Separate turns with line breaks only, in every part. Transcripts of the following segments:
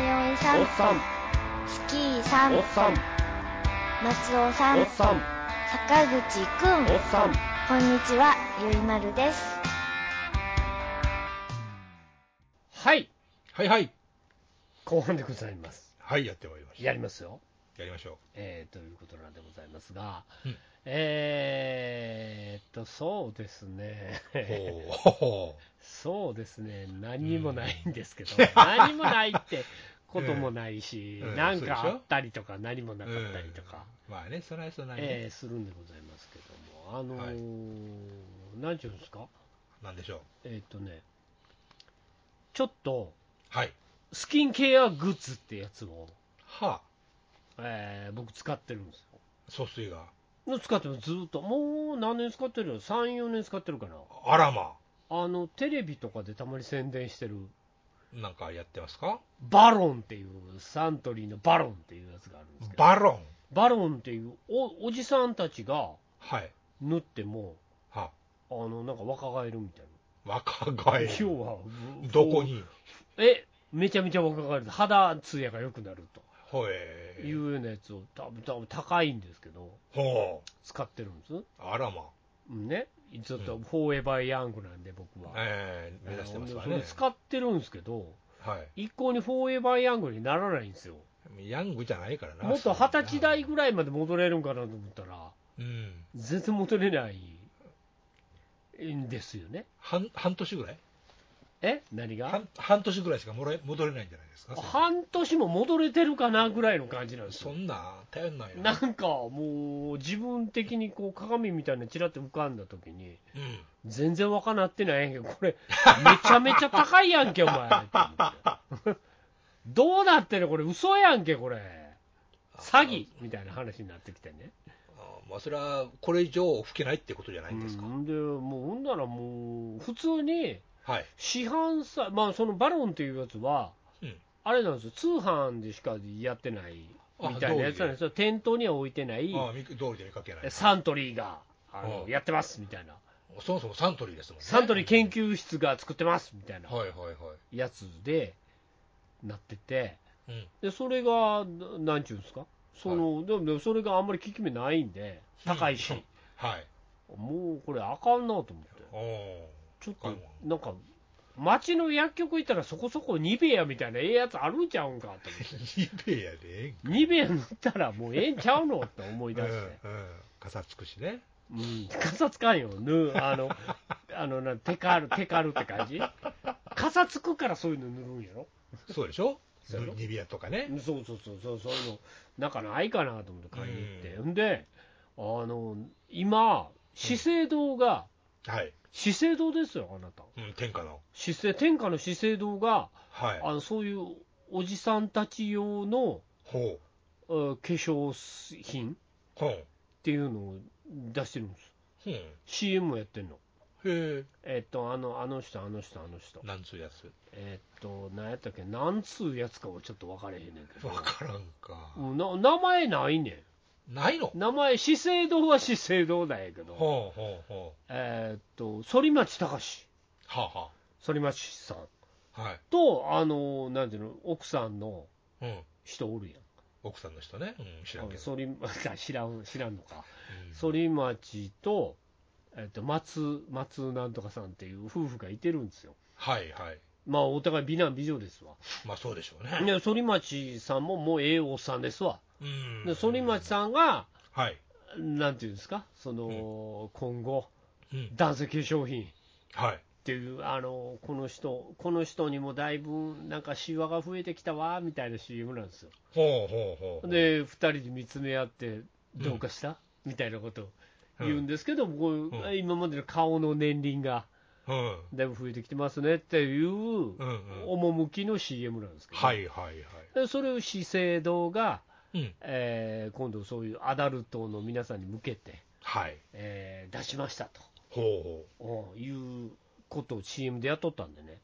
っさん
スキーさん
おっさん
松尾さん
おっさん
坂口くん
おっさん
こんにちはゆいまるです
はい
はいはい。
後半でございます
はい、やってまいりました。
やりますよ
やり ましょ
えー、ということなんでございますが、
うん
えーっとそうです ね
う。ほうほ
そうですね、何もないんですけど、何もないってこともないし、
うん
なん
そうでし
か
ょ
あったりとか、何もな
う。
かったりとか、
うん。まあね、備え備えね。
えーするんでございますけども、あのー
はい
なんていうんですか、
なんでしょう。
えーっとね、ちょっと
はい。
スキンケアグッズってやつを、
はあ、
えー僕、使ってるんです
疎水が。
よ。使ってますずーっと、もう何年使ってるの ?3、4年使ってるかな。
あらま。
あの、テレビとかでたまに宣伝してる、
なんかやってますか
バロンっていう、サントリーのバロンっていうやつがあるんですけど、
バロン。
バロンっていうおおじさんたちが
はい。
塗っても、
は
あのなんか若返るみたい
あ、若返
な、
る。
要は、
どこ
う
に
えめちゃめちゃ若返る、肌ツヤが良くなる
ほ
と
え
いうようなやつを、多分多分高いんですけど、
ほう。
使ってるんです、
あらま。
うんね、ずっと
う
フォーエバーヤングなんで、僕は。
ええ目指してますわ
あの
ね
それ。使ってるんですけど、
は
一向にフォーエバーヤングにならないんですよ、
い。ヤングじゃないからな。
もっと二十歳代ぐらいまで戻れるんかなと思ったら、
うん。
全然戻れないんですよね。
半半年ぐらい
え何が
半半年ぐらいしかもらえ戻れないんじゃないですか。
半年も戻れてるかなぐらいの感じなんです
そ
よ。
んな、頼んないよ。
なんかもう自分的にこう鏡みたいなのちらって浮かんだ時に
うん。
全然わかなってないんやけどこれめちゃめちゃ高いやんけお前って思ってどうなってんのこれ嘘やんけこれ詐欺みたいな話になってきてね
あまあ、それはこれ以上吹けないってことじゃないんですか、
うんでもうほんならもう普通に
はい、
市販さまあそのバロンっていうやつは
うん
あれなんですよ通販でしかやってないみたいなやつなんですよ、店頭には置いてない、
ああみ通りで見かけない、
サントリーがあの
うん
やってますみたいな、
そもそもサントリーですもんね、
サントリー研究室が作ってますみたいな
はいはいはい、
やつでなってて、
うん
でそれが、ななんちゅうんですか、そのでもでもそれがあんまり効き目ないんで、高いし、
はい、
もうこれ、あかんなと思って、
お お、
ちょっ
高い
と
もん
なんか、街の薬局行ったら、そこそこニベアみたいなええやつあるんちゃうんかと思 って。
イベやで、
ニベア塗ったらもうええんちゃうのって思い
うん
出
う
して、
ん、かさつくしね、
うん、傘つかんよ、ぬあの、あのなテカル、テカルって感 じ、傘つくからそういうの塗るんやろ、
そうでしょ、
そうやろ
ニビアとかね、
そうそうそう、そうそういうの、なんかないかなと思って買いに行って、ん、で、あの今、資生堂が、
はい、
資生堂ですよ、あなた、
うん、天下の、
資生天下の資生堂が、
はい、
あのそういうおじさんたち用の
ほう、
えー化粧品っ
ほう、
ていうのを出してるんです。
ほう、
CM もやってんの。
へえ、
えっと、あの、あの人、あの人、あの人。
なんつうやつ、
えっと、なんやったっけ、なんつうやつかはちょっと分かれへんねんけど
わ。からんか、
うんな名前ないね
ないの
ん。、名前、資生堂は資生堂なんやけど、
ほうほうほう、
えっと、反町隆史、
はあ、は
反町さん
あ、はい、
と、あの、なんていうの、奥さんの
うん、
人おるやん。
奥さんの人ね、うん、知らんけど、
反町、知らん、知らんのか。
うん
反町と、えっと、松、松なんとかさんっていう夫婦がいてるんですよ。
はいはい、
まあ、お互い美男美女ですわ。
まあそうでしょうね。
で反町さんももうええおっさんですわ、
うん
で反町さんが、
はい、
なんていうんですか、その今後、
うん、
男性化粧品っ
はい、
ていう、あのこの人、この人にもだいぶなんかシワが増えてきたわみたいな CM なんですよ、
ほうほうほう、
で、2人で見つめ合って、どうかした、みたいなことを言うんですけど、こう
うん
今までの顔の年輪が
うん、
だいぶ増えてきてますねっていう
うん、うん、
趣の CM なんですけど、
はいはいはい、
でそれを資生堂が、
うん、
えー今度そういうアダルトの皆さんに向けて、
はい、
えー出しましたと
ほうほ
うんいうことを CM でやっとったんでね、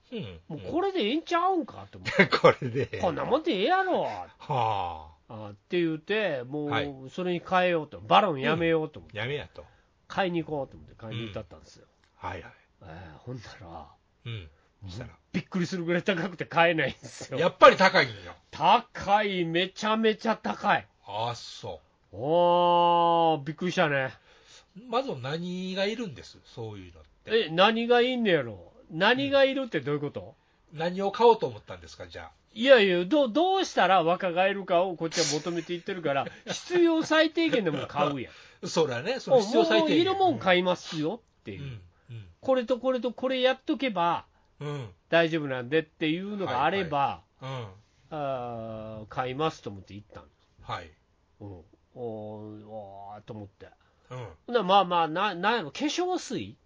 う、うん、
もうこれでええんちゃうんかって思って、
れ、これで、
こんなもんでええやろ
はあ、
あって言って、も
はい
うんそれに変えようと、バロンやめようと思って、
やめやと、
買いに行こうと思って、買いに行ったったんですよ。
はいはい、
えーほんなら、
うん、したら。
びっくりするぐらい高くて買えないんです
や
よ。
っぱり高いんよ。
高い、めちゃめちゃ高い。
ああ、そ
おー、びっくりしたね。
う。まず何がいるんですそういうのって。
え、何がいいんねやろ何がいるってどういうこと、
何を買おうと思ったんですかじゃあ。
いやいやどう、どうしたら若返るかをこっちは求めていってる から、必要最低限でも買うやん。
そりゃね、そ
も
の
う
必要最
もう
低限。
いるもん買いますよっていうう、
ん。うん。
これとこれとこれやっとけば
うん。
大丈夫なんでっていうのがあれば、
うん。
あー買いますと思って行ったんです。
はい。
うん、おーおーと思って。
うん。
ほなまあまあ、ななんやろ、化粧水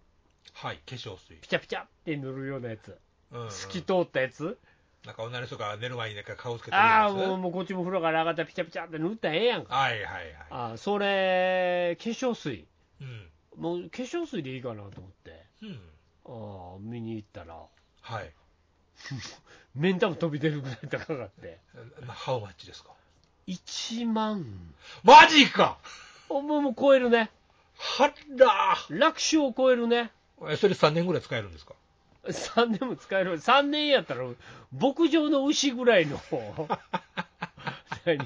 はい。化粧水。
ピチャピチャって塗るようなやつ、
うん、うん。
透き通ったやつ、
なんか女の人が寝る前になんか顔つけてる
あ
や
あ、
つ
もうもうこっちも風呂から上がったらピチャピチャって塗ったらええやんか。
はいはいはい。
あーそれ、化粧水、
うん。
もう化粧水でいいかなと思って、
うん。
あー見に行ったら、
はい。
目ん玉飛び出るぐらい高かって、
ハウマッチですか
1万、
マジか
おもうもう超えるね、
はら
楽勝を超えるね、
ーえそれ3年ぐらい使えるんですか
3年も使える、3年やったら、牧場の牛ぐらいの、 何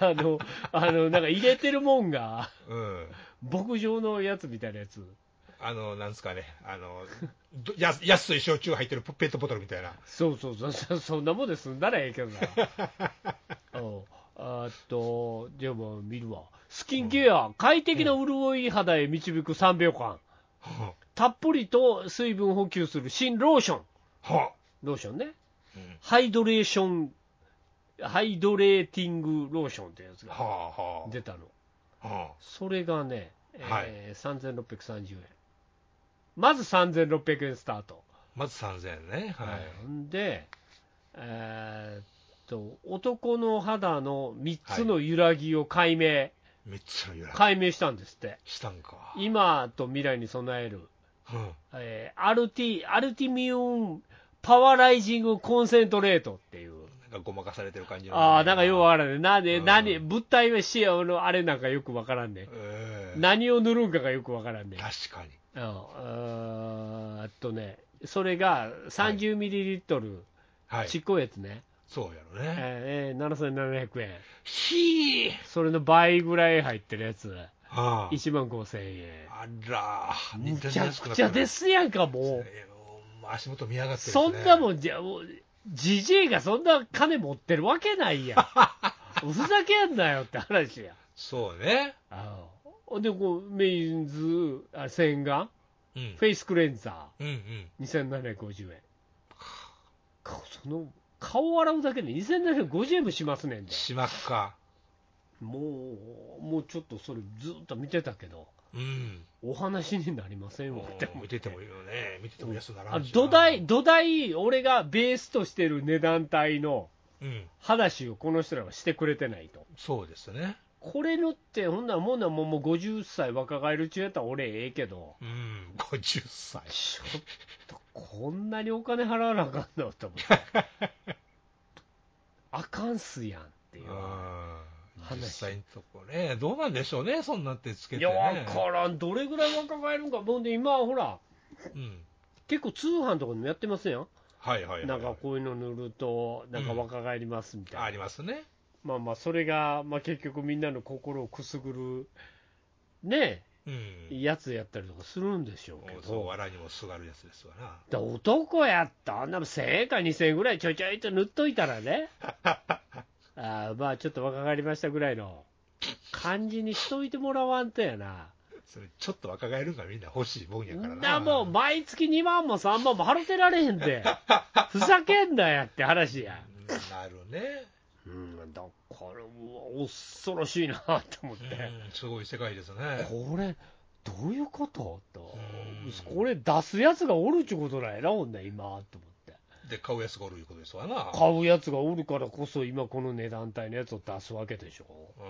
あの、あの、なんか入れてるもんが、
うん。
牧場のやつみたいなやつ、
あの、なんですかね。あの、どや安い焼酎入ってるペットボトルみたいな。
そうそうそう、そそんなもんで済んだらええけどな。うんあっと、でも見るわ、スキンケア、快適な潤い肌へ導く3秒間。
は
たっぷりと水分補給する新ローション、
あは
ローションね、
あうん
ハイドレーション、ハイドレーティングローションってやつが
はあはあ
出たの、
は
それがね、
はい
えー3630円、まず3600円スタート、
あまず3000円ね。はい。
んで、えーっと、男の肌の3つの揺らぎを解明、
3つの由来。
解明したんですって、
したんか。
今と未来に備える。
うん
えーアルティ、アルティミューンパワーライジングコンセントレートっていう。
なんかごまかされてる感じの
ああ、なんかよくわからんね。なんで、
うん
何、物体は視野のあれなんかよくわからんね。
ええ
何を塗るんかがよくわからんね。
確かに。
うんあーっとね、それが30ミリリットル、
はい。
ちっこいやつね。
そうやろね。
えーえー7700円。
ひー
それの倍ぐらい入ってるやつ。
はあ
1万5000円。
あらー、
むちゃくちゃ
全然安くなった
で
ね
すやんか、もう。
えー足元見上がってる。
そんなんもんじゃ、もう、じじいがそんな金持ってるわけないや ん。ふざけんなよって話や。
そうね。
ああで、こう、メインズ、あ洗顔、
うん。
フェイスクレンザ
うんうん。
ー、2750円。顔、その、顔洗うだけで2750円もしますねんで。
しまっか。
もう、もうちょっとそれずっと見てたけど、
うん。
お話になりませんわって思っ
見ててもいいよね。見てても安くなら
あ
んしな
土台、。土台、俺がベースとしてる値段帯の
うん。
話をこの人らはしてくれてないと。
そうですね。
これのって、ほんならもうなもうもう50歳若返る中やったら俺ええけど、
うん。50歳。
ちょっとこんなにお金払わなあかんのと思って、 あかんすやんっていう。
うん。
話
実際のとこね。どうなんでしょうね。そんなってつけ
い
て
や、
ね。
わからん、どれぐらい若返るんか、もうね、今はほら、
うん。
結構通販とかでもやってますやん、
はいはいはい。
なんかこういうの塗ると、なんか若返りますみたいな、
ありますね。
まあまあ、それが、まあ、結局、みんなの心をくすぐる、ね
うん。
やつやったりとかするんでしょうけど。
そう、わらにもすがるやつですわな。
だ男やったらあんなもん1000円か2000円ぐらいちょいちょいと塗っといたら ねあーまあちょっと若返りましたぐらいの感じにしといてもらわんとやな
それちょっと若返るんがみんな欲しいもんやから
ん
な。
なもう毎月2万も3万も払ってられへん でふざけんなやって話や
うんなるね。
うんだからうわ恐ろしいなって思って、
うんすごい世界ですね。
これどういうことと
うん
これ出すやつがおるっちゅうことなんやなほんなら今と思って
で、買うやつがおるいうことですわな。
買うやつがおるからこそ今この値段帯のやつを出すわけでしょ
う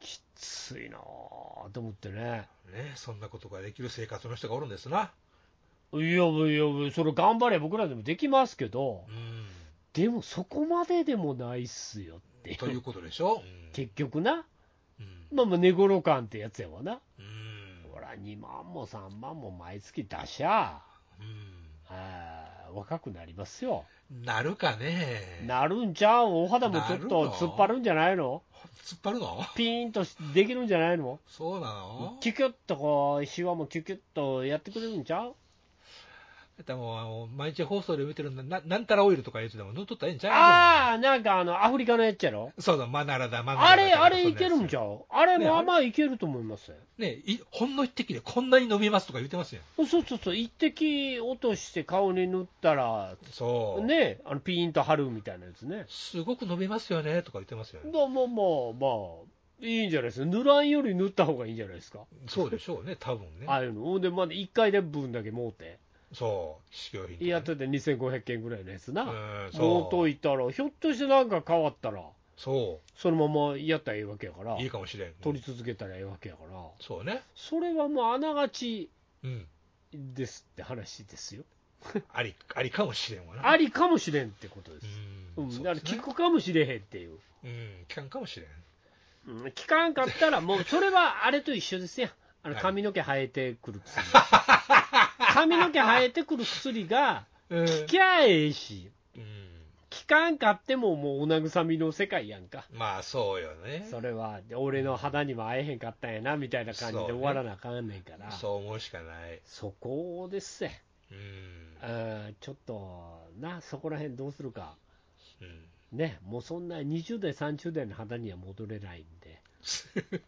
きついなぁと思ってね
ん。ねそんなことができる生活の人がおるんですな。
いやいやいやそれ頑張れ僕らでもできますけど
うん。
でもそこまででもないっすよって
ということでしょ。うん
結局な
うん。
まあまあ寝頃感ってやつやわな
うん
ほら2万も3万も毎月出しゃ
うん
あー若くなりますよ。
なるかね。
なるんじゃん、お肌もちょっと突っ張るんじゃないの
突っ張るの
ピーンとしできるんじゃないの
そうなの
キュキュッとこう、シワもキュキュッとやってくれるんちゃう
でも、あの毎日放送で見てるな、ななんたらオイルとかいうやつでも塗っとったらええんちゃう
ああ、なんかあの、アフリカのやつやろ
のそうだ、マナラだ、マナラだ。
あれ、あれいけるんちゃ
う
うあれ、
ね
まあまあいけると思いますよ。
ねいほんの一滴でこんなに伸びますとか言ってますよ。
そうそうそう、一滴落として顔に塗ったら、
そう。
ね、あのピーンと張るみたいなやつね。
すごく伸びますよねとか言ってますよね。
まあまあまあ、まあ、いいんじゃないですか。塗らんより塗った方がいいんじゃないですか。
そうでしょうね、多分ね。
ああいうの。ほんで、まだ1回で分だけ持って。
そう、試供品とかね
やっといて2500件ぐらいのやつな。
うん
持っ
そ
と
う。
いたら、ひょっとしてなんか変わったら、
そ
そのままやったらええわけやから
う。い、いかもしれん。
取り続けたらええわけやから、
そうね。
それはもうあながち
うん。
ですって話ですよ。
あり、ありかもしれんわな。
ありかもしれんってことで
う。
す。うんん、
そう
だ
で
から
す
聞
ね
くかもしれへんっていう。
うん。期間かもしれん。
うん、聞かんかったら、もうそれはあれと一緒ですやん。あの
はい
髪の毛生えてくる 薬。髪の毛生えてくる薬が、
うん。
効きゃええし、
うん。
効かんかってももうお慰みの世界やんか。
まあ、そうよね。
それは俺の肌にも会えへんかったんやなみたいな感じで
そうね
終わらなあかんねんから、そ,、
そう思うしかない。
こですね、
うん。
うんちょっとな、そこら辺どうするか、
うん。
ね、もうそんな20代、30代の肌には戻れないん で、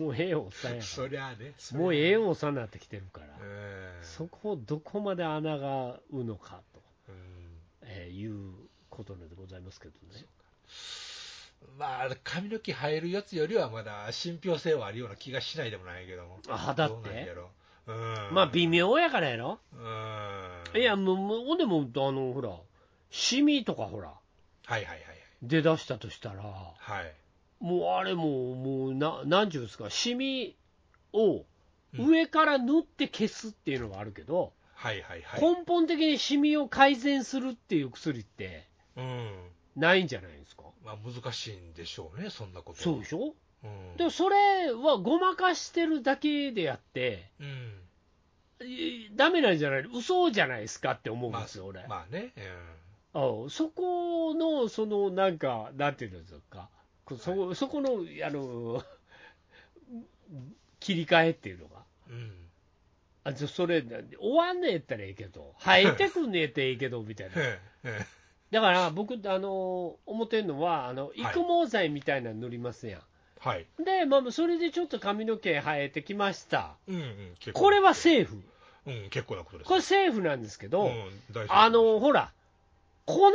もうええおっさんやか
そりゃあね。
ら、もうええ
よ。
おっさんになってきてるから、
うん。
そこをどこまで穴が合うのかと、
うん
えーいうことでございますけどね、
まあ、髪の毛生えるやつよりはまだ信憑性はあるような気がしないでもないけども。
あ肌って
どうなんやろうん。
まあ微妙やからやろ、
うん。
いや、もうもう、ほんでもう、あのほら、シミとかほら。
はいはい
出だしたとしたら、
はい。はい。
もうあれもう、もうな何ちゅうんですか、シミを
うん
上から塗って消すっていうのがあるけど、
はいはいはい。
根本的にシミを改善するっていう薬って
うん。
ないんじゃないですか。
まあ難しいんでしょうね、そんなこと。
そうでしょ、
うん。
でもそれはごまかしてるだけであって、
うん。
いダメなんじゃない、嘘じゃないですかって思うん
ま
ですよ、俺
あ、。まあね。
うんそこの、そのなんか、なんていうんですか、こそこそこのあの切り替えっていうのが、
うん。うん。
あじゃあそれ、終わんねえったらええけど、生えてくんねえってええけどみたいな、
へえへえ
だから僕、あの思ってんのはあの、育毛剤みたいなの塗りますやん、
はい。
で、まあ、それでちょっと髪の毛生えてきました、
うんうん。結構
これはセーフ、
うん、結構なことです。
これセーフなんですけど、
うん、大丈夫
あのほら、粉振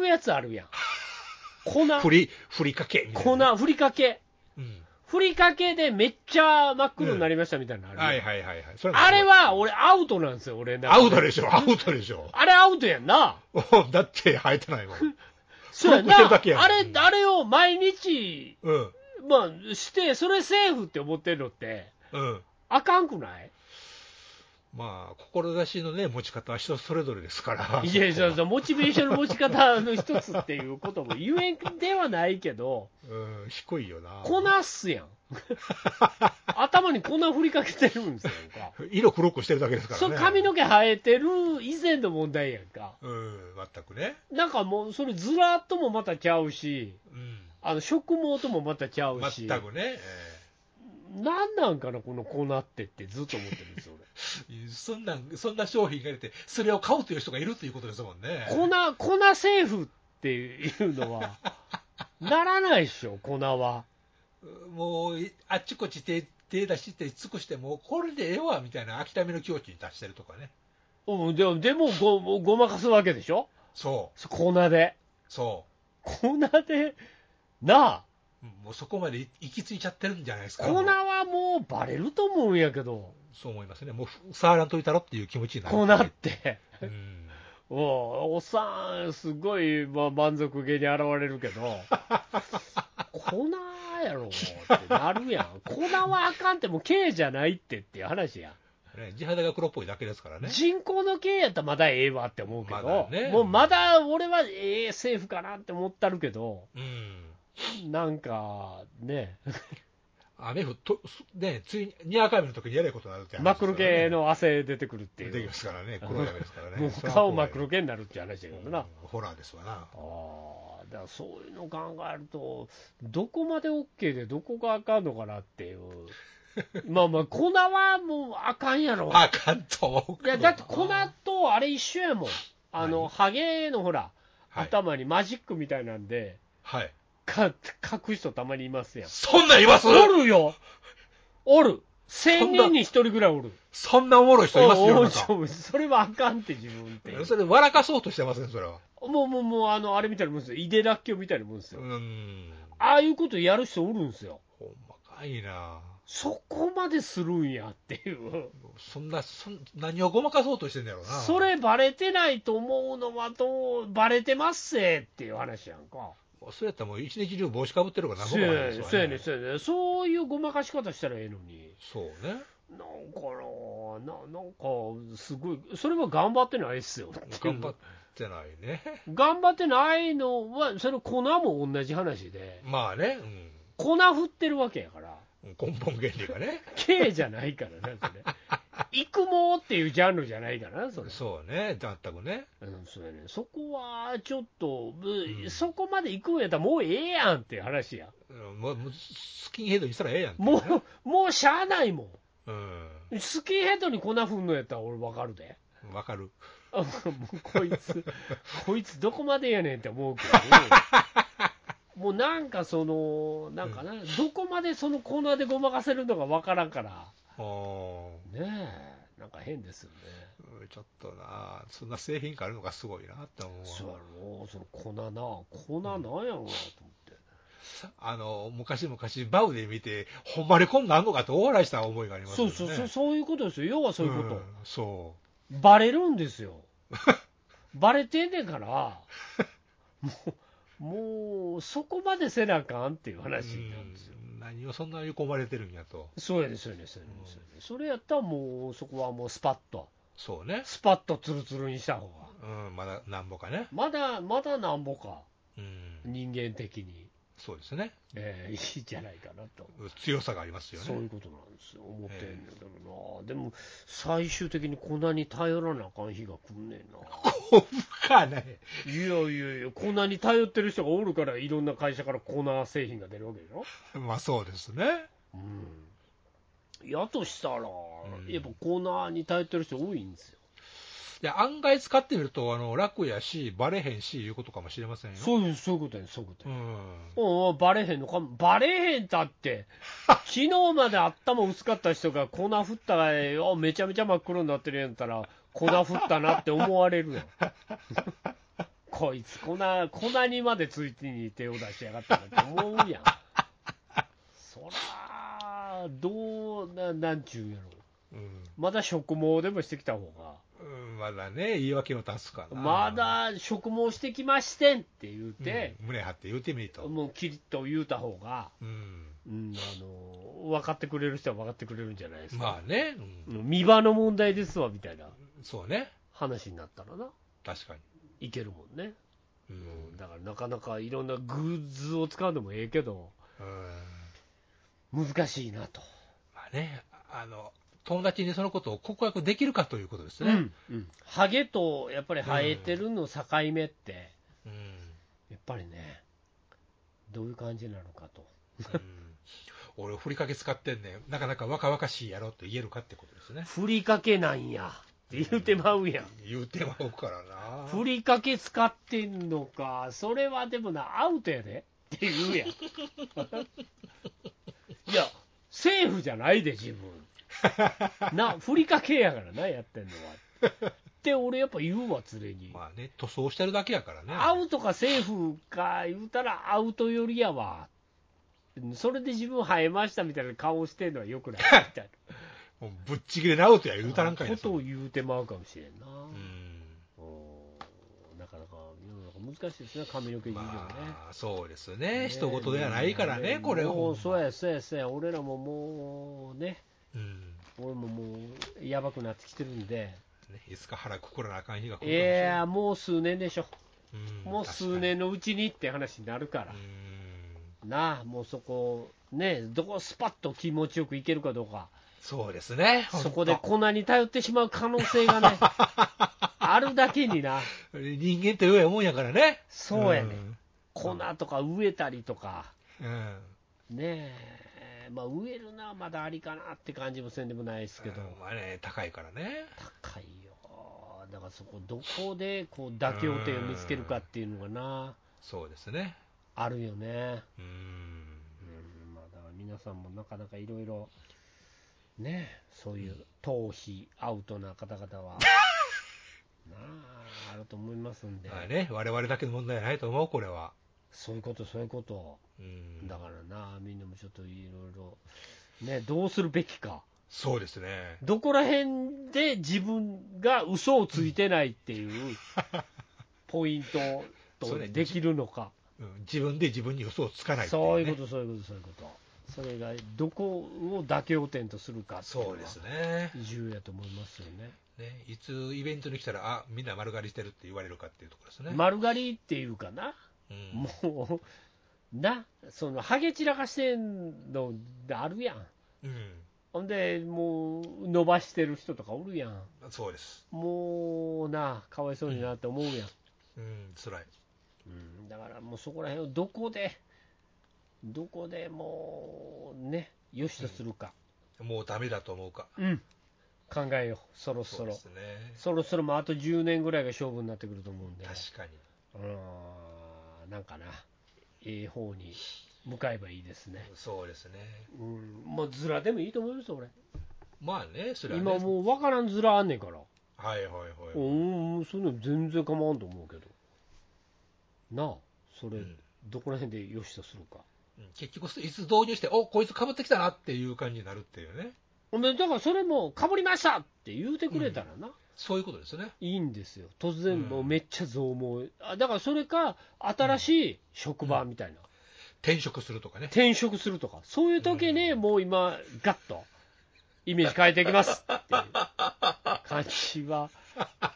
るやつあるやん、 粉、
ふり、ふりかけみたいな。
粉、ふりかけ。
うん。
ふりかけでめっちゃ真っ黒になりましたみたいなのある、
はいはいはいはい。そ
あれ、は俺アウトなんですよ、俺の中
ア
で
ウトでしょ、アウトでしょ。
あれアウトやんな。
だって生えてないもん。
そうやんな。
それだけやん
あれ、あれを毎日、
うん。
まあ、して、それセーフって思ってるのって、
うん。
あかんくない
まあ、志のね、持ち方は人それぞれですから。
いやいや、モチベーションの持ち方の一つっていうことも言えんではないけど、
うん、低いよな。
粉っす やん。頭に粉振りかけてるんですやんか。
色黒くしてるだけですから
そ
ね。
う髪の毛生えてる以前の問題やんか。
うん、全くね。
なんかもう、それずらっともまたちゃうし、
うん。
あの食毛ともまたちゃうし、
全くね。え
なんなんかな、この粉ってってずっと思ってるんですよ、
えそんなん、そんな商品が出て、それを買うという人がいるということですもんね。
俺。粉、粉セーフっていうの は、ならないでしょ、粉は。
もう、あっちこっち手、手出して尽くして、もうこれでええわ、みたいな諦めの境地に達してるとかね。
うん、でも、でもごごまかすわけでしょ、
そう、
粉で。
そ
粉で、なあ、
う。もうそこまでい行き着いちゃってるんじゃないですか。
粉
もう
はもうバレると思うんやけど、
そう思いますね。もう、ふ触らんといたろっていう気持ちになる。
粉って。
うん。
うんおっさん、すごい、まあ、満足げに現れるけ ど、粉やろってなるやん、粉はあかんって、もう K じゃないってっていう話やん、
ね、地肌が黒っぽいだけですからね。
人工の K やったらまだええわって思うけど、
まだね
もうまだ俺はええ、セーフかなって思ったるけど、
うん。
なんかね、
雨降っと、すね、ついに、にわか雨の時にやれことになるって話
マクロ系
の。
の汗出てくるって
出て
い
き
う
ま、すからね、黒い雨ですからね。
も
それ
う
は
顔マ
怖い
クロ系になるって話だけどな。
うんホラーですわな。
ああ、だからそういうの考えると、どこまで OK で、どこがあかんのかなって いう、まあまあ、粉はもうあかんやろ、
あかんと思う
い
けど
やだって粉とあれ一緒やもん、あの
何
ハゲのほら、
はい。
頭にマジックみたいなんで、
はい。
か書く人たまにいますやん、
そんなんいます
おるよ、おる、
んな
1000人に1人ぐらいおる、
そんなおもろい人いますよ、
お
世
お
の
う
中
それはあかんって、自分って、
それ、笑かそうとしてますね、それは。
もうもうもうあの、あれみたいなもんですよ、いでらっきょうみたいなもんです
う
よ、
ーん。
ああいうことやる人おるんですよ。
ほんまかいな。
そこまでするんやっていう、
そんな、そん何をごまかそうとしてんだろうな。
それバレてないと思うのはどう、バレてますせっていう話やんか、
それやったらもう一日中帽子かぶってるから何
そ
も
う
わか
や
んないで
ねん、
すわ
そうやねん、そうやねんそういうごまかし方したらええのに、
そうね。
なんかな、ななんか、すごい、それは頑張ってないっすよってい
頑張っ
う、
てないね。
頑張ってないのは、それ、粉も同じ話で、
まあね、
粉振ってるわけやから。
うん、根本原理がね。
K じゃないからな、 それ。育毛っていうジャンルじゃないからな、それ。
そうね、全くね。
うん、そうやね、そこはちょっと、ぶ
うん
そこまで行くんやったらもうええやんっていう話や、
うんもうもうスキンヘッドにしたらええやんってね、
もう、もうしゃあないも
うん。
ん、スキンヘッドに粉ふんのやったら俺わかるで、
わかる。
あもうこいつ、こいつどこまでやねんって思うけ ど、もうなんかその、なんかな、どこまでそのコーナーでごまかせるのかわからんから、
お
ねえ、なんか変ですよね。
ーちょっとな、そんな製品があるのがすごいなって思うわ
そうやろその粉な、粉なんやろうなと思って。
あの、昔々バウで見て、ほんまにこんなんあんのかって大笑いした思いがあります
そ
よ
う
ね。
そうそう、そういうことですよ。要はそういうこと。
んそ
バレるんです よ。バレてんねんから、もう、もう、そこまでせなあかんっていう
う。
話なんですよ。
うん何をそんなに込まれてるんやと。
そうやね、そうやね、そうやね、そうやね。それやったらもう、そこはもうスパッと、
そうね。
スパッとツルツルにした方が。
うん、まだなんぼかね。
まだ、まだなんぼか、
うん、
人間的に、
そうですね。
えーいいんじゃないかなと。
強さがありますよね。
そういうことなんですよ、思ってんだけどな、でも最終的に粉に頼らなあかん日が来んね んな。
ほんまかね。
いやいやいや、粉に頼ってる人がおるから、いろんな会社から粉製品が出るわけでしょ。
まあそうですね。
うん、やとしたら、
ん
やっぱ粉に頼ってる人多いんですよ。
いや、案外使ってみると、あの、楽やし、バレへんし、いうことかもしれませんよ。
そういう、そういうことやね、そういうこと
う
やね。
ん。
おうおうバレへんのかもバレへんだって、昨日まで頭薄かった人が粉振ったらええよ、めちゃめちゃ真っ黒になってるやんやったら、粉振ったなって思われるやん。こいつ粉、粉にまでついてに手を出しやがったなって思うやん。そら、どうな、なんちゅうんやろ。
うん。
まだ植毛でもしてきた方
うんまだね、言い訳を出すか
が、
な。
まだ植毛してきましてんって言う
うん、
て、
胸張って言うてみると。
もうきりっと言うた方が、
うん。
うん、あの分かってくれる人は分かってくれるんじゃないですか、
まあね、うん
うん見場の問題ですわみたいな
そうね。
話になったらな、
確かに。
いけるもんね、
う
うん
ん。
だからなかなかいろんなグッズを使うのもええけど、
うん
難しいなと、
まあね、あの、友達にそのことを告白できるかということです
う
ね。
んうんハゲとやっぱり生えてるの境目って、
うん。
やっぱりね、どういう感じなのかと、
うん俺、ふりかけ使ってんねん。なかなか若々しいやろって言えるかってことですね。
ふりかけなんやって言うてまうやん。
言うてまうからな。
ふりかけ使ってんのか、それはでもな、アウトやでって言う やん。いや、セーフじゃないで、自 分。な、ふりかけやからな、やってんのは。って俺やっぱ言うわ、連れに。
まあね、塗装してるだけやからね。
アウトかセーフか言うたら、アウトよりやわ。それで自分生えましたみたいな顔してんのはよくないみたい
もうぶっちぎれなアウトや 言うたら
なん
かい
こ
な
とを言うてまうかもしれんな。
うん
うんなかなか世の中難しいですね、髪の毛事情ね。
まあ、そうですね、人事ではないからね、これ
も
を
う。そうや、そうや、そうや、俺らももうね、
うん
俺ももう、やばくなってきてるんで、
ねいつか腹くくらなあかん日が来るかもし
い
れな
やー、もう数年でしょ、
いん
もう数年のうちにって話になるか
確
ら
かに、うん
なあ、もうそこ、ね、どこスパッと気持ちよくいけるかどうか、
そうですね。ほんと
そこで粉に頼ってしまう可能性が ね、あるだけにな、
人間って弱いもんやからね。
そうやね、
ん
粉とか植えたりとか、
うん。
ねえ、まあ、植えるな、まだありかなって感じもせんでもないですけど、
うんまあね、高いからね。
高いよ、だからそこ、どこでこう妥協点を見つけるかっていうのがな、
そうですね。
あるよね。
うん。
うんまあ、だから皆さんもなかなかいろいろ、ね、そういう逃避、アウトな方々 は、なあ、あると思いますんで、
まあね、我々だけの問題じゃないと思う、これは。
そういうこと、そういうこと、
うん
だからな、みんなもちょっといろいろ、ね、どうするべきか、
そうですね。
どこら辺で自分が嘘をついてないって いうポイント
そ
と
れ
できるのか。
うん自分で自分に嘘をつかないって
そういう
ね
こと、そういうこと、そういうこと。それがどこを妥協点とするかっていのは
そうですね
重要やと思いますよね。
ね。いつイベントに来たら、あみんな丸刈りしてるって言われるかっていうところですね。
丸刈りっていうかな、
うん
もう、な、そのハゲ散らかしてんのあるやん。
うん
ほんで、もう伸ばしてる人とかおるやん。
そうです。
もうな、かわいそうになって思うやん。
うん、辛い。
うん、だからもうそこら辺をどこで、どこでもうね、よしとするか、
もうダメだと思うか。
うん、考えよう、そろ
そ
そう
で
ろ。
すね。
そろそろもうあと10年ぐらいが勝負になってくると思うんで、
確かに。
うん、なんかな、ええ方に向かえばいいですね。
そうですね。
うん、もうずらでもいいと思いますよ、俺。
まあね、それはね。
今もう分からんずらあんねんから。
はいはいはい。
うん、うんそういうの全然構わんと思うけど。なあ、それ、
うん
どこら辺でよしとするか。
うん結局、いつ導入して、おこいつかぶってきたなっていう感じになるっていうね。
ほんで、だからそれも、かぶりましたって言うてくれたらな、
そういうことですね。
いいんですよ、突然、
うん
もうめっちゃ増毛、あだからそれか、新しい職場みたいな、
転職するとかね。
転職するとか、そういう時に、もう今、ガッと、イメージ変えていきますっていう感じは、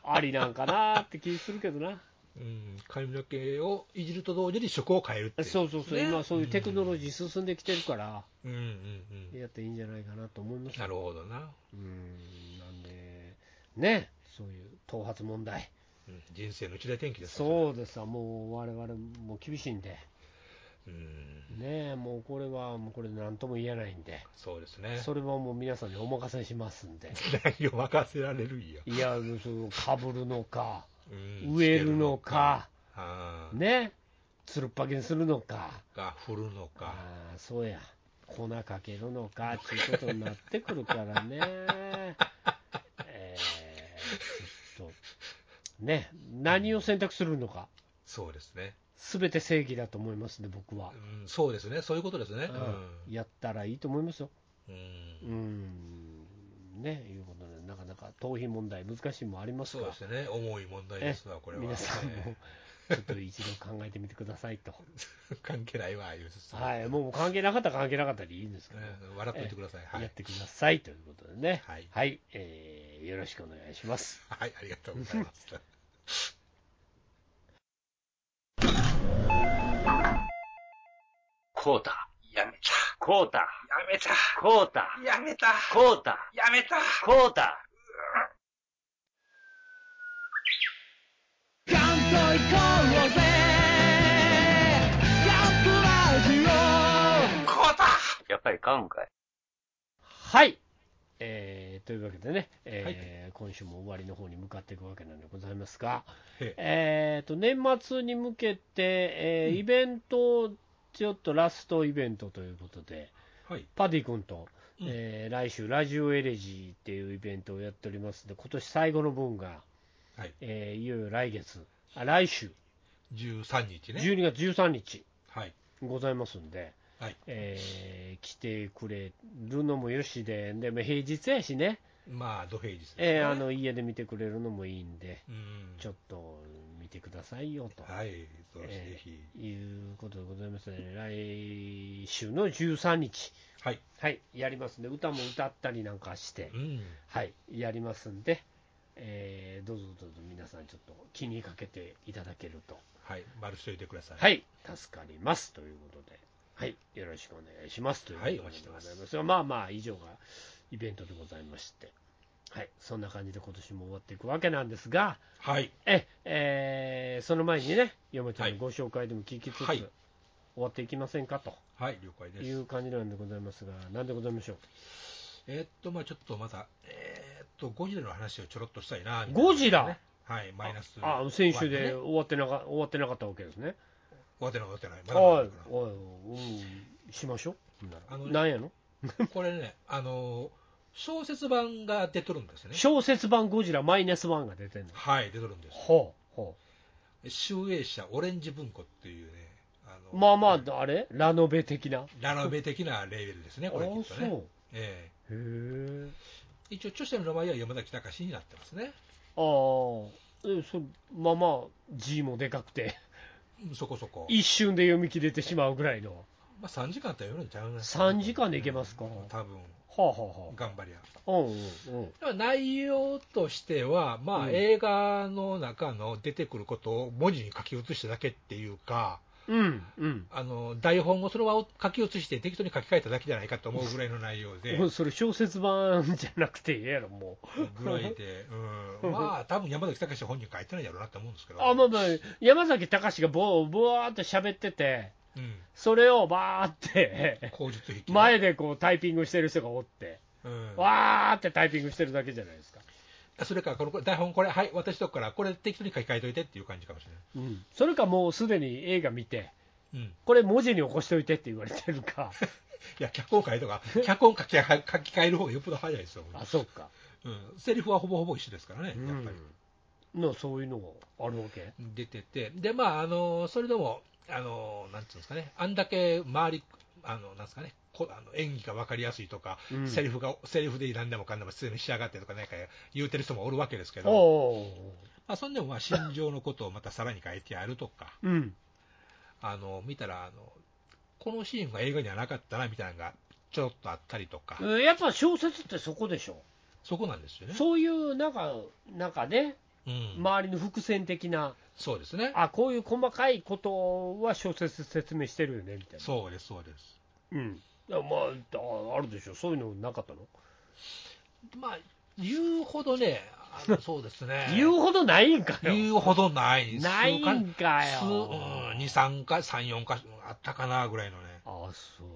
ありなんかなって気するけどな、
うん、髪の毛をいじると同時に職を変えるってい う、
そうそうそう、
ね
今、そういうテクノロジー進んできてるから、
うんうんうん。
やっていいんじゃないかなと思います
なるほどな。
うん、なんで、ね、そういう頭髪問題。
うん人生の一大転機ですね。
そうですわ、もう我々も厳しいんで、
うん。
ねえ、もうこれはもうこれ、なんとも言えないんで、
そうですね。
それはもう皆さんにお任せしますんで、
内容任せられるんや。
いや、そうかぶるのか、
うん
植えるの。か、
ああ。
ね、つるっぱげにするのか、
が振るのか。
ああ、そうや、粉かけるのかっていうことになってくるから ね、えー、ちょっと、ね、何を選択するのか、
そうですね。
すべて正義だと思いますね、僕は
う。ん、そうですね。そういうことですね。
うんやったらいいと思いますよ。
うん。う
うんん、ね、いうことで、なかなか逃避問題、難しいもあります
そう
が、
ですね。重い問題
え
ですわ、これは。
皆さんも
え
ちょっと一度考えてみてくださ いと、
え関係ないわ、言うてさ
はい、もう関係なかったら関係なかったでいいんですけど、
うん笑っといてください。は
やっ
い。
てくださいということでね、
はい
えーよろしくお願いします。
はい、ありがとうございます。
コータ、
やめた。
コータ、
やめた。
コータ、
やめた。
コータ、
やめた。
コータ。
ガンと行こうぜガンプラジオ
こうだ。
やっぱり買うんかい。はい。えーというわけでね、えー今週も終わりの方に向かっていくわけなんでございますが、
へ
えーと年末に向けて、えーイベントを、ちょっとラストイベントということで、
はい。
パディ君と、
うん
えー来週、ラジオエレジーっていうイベントをやっておりますので、今年最後の分が、
はい
えーいよいよ来月、あ来週、
13日ね。
12月13日、
はい。
ございますんで、
はい
えー来てくれるのもよしで、でも平日やしね、
まあ、土平日ですね。
えーあの家で見てくれるのもいいんで、
うん。
ちょっと見てくださいよと、
はい。そうです
えー
ぜひ。
いうことでございますので、来週の13日、
はい。
はい、やりますんで、歌も歌ったりなんかして
う、ん。
はい、やりますんで、えーどうぞどうぞ皆さん、ちょっと気にかけていただけると、
はい。丸しといてください。
はい、助かりますということで。はい、よろしくお願いしますということ
はい
でござい
お待ちして
ますが、まあまあ、以上がイベントでございまして、はい、そんな感じで今年も終わっていくわけなんですが、
はい。
ええーその前にね、山ちゃんのご紹介でも聞きつつ、
はい
終わっていきませんかと
はい、了解で
い
す。
う感じなんでございますが、なんでございましょ
えーっと、まあちょっとまた、えーっと、ゴジラの話をちょろっとしたいな、
う、ゴジラ、
はい、マイナス。
あ先週で
終
終わってなか終わってなかったわけですね。
わってない、終わってない。まだまだ
は
あ
い
るか、
おい、うん、しましょう。
あのね
なんやの
らこれね、あのー、小説版が出とるんですね。
小説版ゴジラマイナスワンが出てんの。
はい、出とるんです。
ほうほ
集英社オレンジ文庫っていうね、あ
う。
の
まあまあ、あれラノベ的な。
ラノベ的なレーベルですね、これきっと
あそ
ね。え
う。へえ。
え一応、著者の名前は山崎隆になってますね。
ああ。えそまあまあ、字もでかく て、
うんそこそこ。
一瞬で読み切れてしまうぐらいの。は
まあ、3時間って読むんちゃうな。
3時間でいけますか
うん多分、
あ、は
頑張りゃ。
あはあ。うんうんうん。
でも内容としては、ま
う
あ、
ん
映画の中の出てくることを文字に書き写しただけっていうか、
うんうん。
あの台本をそのまま書き写して、適当に書き換えただけじゃないかと思うぐらいの内容で、
もうそれ小説版じゃなくてええやろ、もう。
ぐらいで、 うん、まあ、多分山崎隆本人書いてないやろうなと思うんですけど、
あまあまあ、山崎隆がぼぼわーっと喋ってて、
うん、
それをばーって、
口述筆記ね、
前でこうタイピングしてる人がおって、
うん、
わーってタイピングしてるだけじゃないですか。
それからこの台本、これ、はい、私とこから、これ適当に書き換えといてっていう感じかもし
うん、それかもうすでに映画見て、
れない。うん
これ文字に起こしておいてって言われてるか、
いや、脚本書いとか、脚本書き書き換える方がよっぽど早いですよ、
あそうか、
うん、セリフはほぼほぼ一緒ですからね、やっ
う
ぱり。
ん、のそういうのがあるわけ。
出てて、で、まあ、あの、それでも、あの、なんていうんですかね、あんだけ周り、あの、なんですかね、こあの演技が分かりやすいとか、
うん
セリフが、セリフで何でもかんでも説明しやがってとか、なんか言うてる人もおるわけですけ
お
ど、
お
まあ、そんでも、まあ、心情のことをまたさらに書いてあるとか、
ー、うん、
あの、見たら、あの、このシーンが映画にはなかったな、みたいなのが、ちょっとあったりとか、
うんやっぱ小説ってそこでしょ、
そこなんですよね。
そういうなんか、なんかね、
うん。
周りの伏線的な、
そうですね。
あこういう細かいことは小説で説明してるよねみたいな、
そうです、そうです。
うん、いやまああ、あるでしょ、そういうのなかったの、
まあ、言うほどね、あ のそうですね。
言うほどないんかよ、
言うほどない。
ないんかよ
数うん、2、3回、3、4回あったかなぐらいのね。
あそう。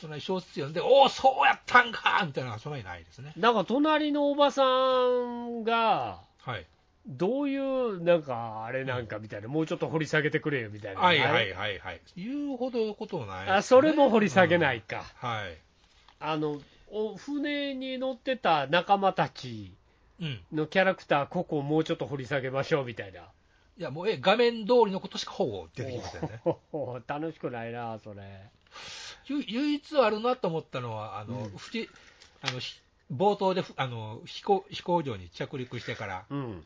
そんなに小説読んで、おお、そうやったんかみたいなのがそんなにないですね。
なんか隣のおばさんが、
はい。
どういう、なんかあれなんかみたいな、もうちょっと掘り下げてくれよみたいな、
はいはいはいはい。言うほどことないですね、
あそれも掘り下げないか、
うんはい。
あのお船に乗ってた仲間たち
うん。い
のキャラクター、ここをもうちょっと掘り下げましょうみたいな、
や、もう、え、画面通りのことしかほぼ出てきませんね。
お 楽しくないな、それ、
ゆ唯一あるなと思ったのは、あ
う
の、
ん
ふちあの、ひ冒頭でふ、あの、飛行、飛行場に着陸してから、
うん、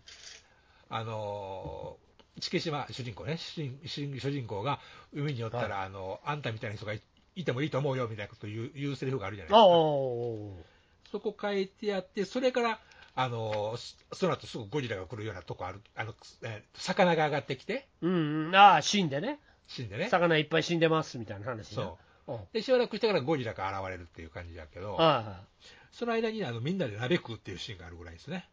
あのー、月島、主人公ね、主人主人主人公が海に寄ったら、あの、あんたみたいな人がいいてもいいと思うよみたいなこと言う言うセリフがあるじゃない
ああ、
で
お
すか。そこ書いてあって、それから、あのーそその後すぐゴジラが来るようなとこある、あの、えー魚が上がってきて、
ーうん、うんああ、死んでね、
死んでね。
魚いっぱい死んでますみたいな話な
そ
うん、
う。で、しばらくしてからゴジラが現れるっていう感じだけど、
あ
その間にあのみんなで鍋食うっていうシーンがあるぐらいですね。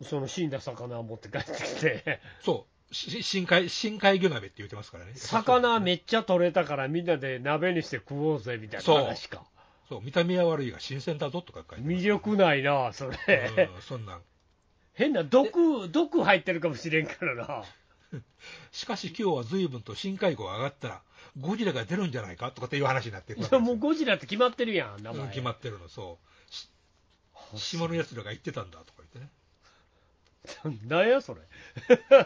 あその死んだ魚を持って帰ってきて。
そう。し深海、深海魚鍋って言ってますからね。
魚めっちゃ取れたからみんなで鍋にして食おうぜみたいな話か
そう、見た目は悪いが新鮮だぞとか書いてます
魅力ないなそれ、
うん、そんなん。
変な毒毒入ってるかもしれんからな
しかし今日は随分と深海魚が上がったら、ゴジラが出るんじゃないかとかっていう話になっていくわ
い
け
や
です
も
よ
うゴジラって決まってるやん名
うん
前
決まってるの、そうし。島の奴らが言ってたんだとか 言ってね。
なんやそれ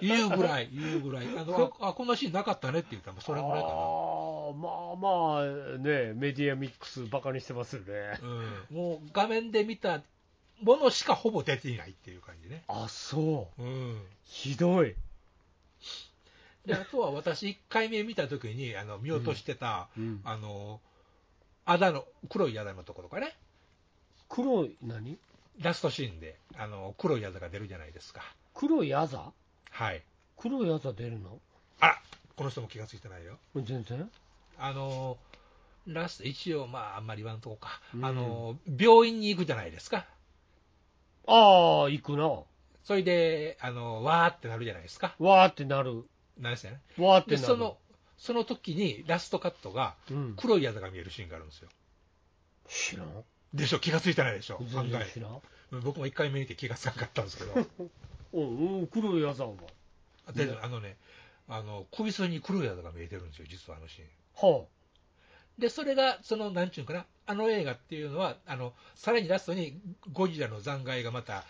言うぐらい、言うぐらい。あの、あ、あこんなシーンなかったねって言ったら、もうそれぐらい
あ
か
ーまあまあねメディアミックスバカにしてますよね
な。うん。もう画面で見たものしかほぼ出ていないっていう感じね。
あそう
うん。
ひどい
で、あとは私1回目見た時に、あの、見落としてた、
うんうん
あの、あだの、黒いあだのところかね。
黒い何
ラストシーンで、あの、黒いあだが出るじゃないですか。
黒いアザ
はい。
黒いアザ出るの
あら、この人も気がついてないよ。
全然
あのラスト、一応、まあ、あんまり言わんとこか、
うん
あの病院に行くじゃないですか、
ああ、行くな。
それで、あのわーってなるじゃないですか、
わーってなる。
なんですよね、
わーって
で
なる。
そのその時にラストカットが、
うん、
黒い矢が見えるシーンがあるんですよ。
知らん。
でしょ、気がついてないでしょ、
全
案
然
外、
知らん。
うん僕も1回目見て気がつかなかったんですけど、
うん、うん、黒い矢沢は。
で
うん
あのね、あの首筋に黒い矢が見えてるんですよ、実はあのシーン。
は
で、それが、その、なんちゅうんかな、あの映画っていうのは、あの、さらにラストに、ゴジラの残骸がまた、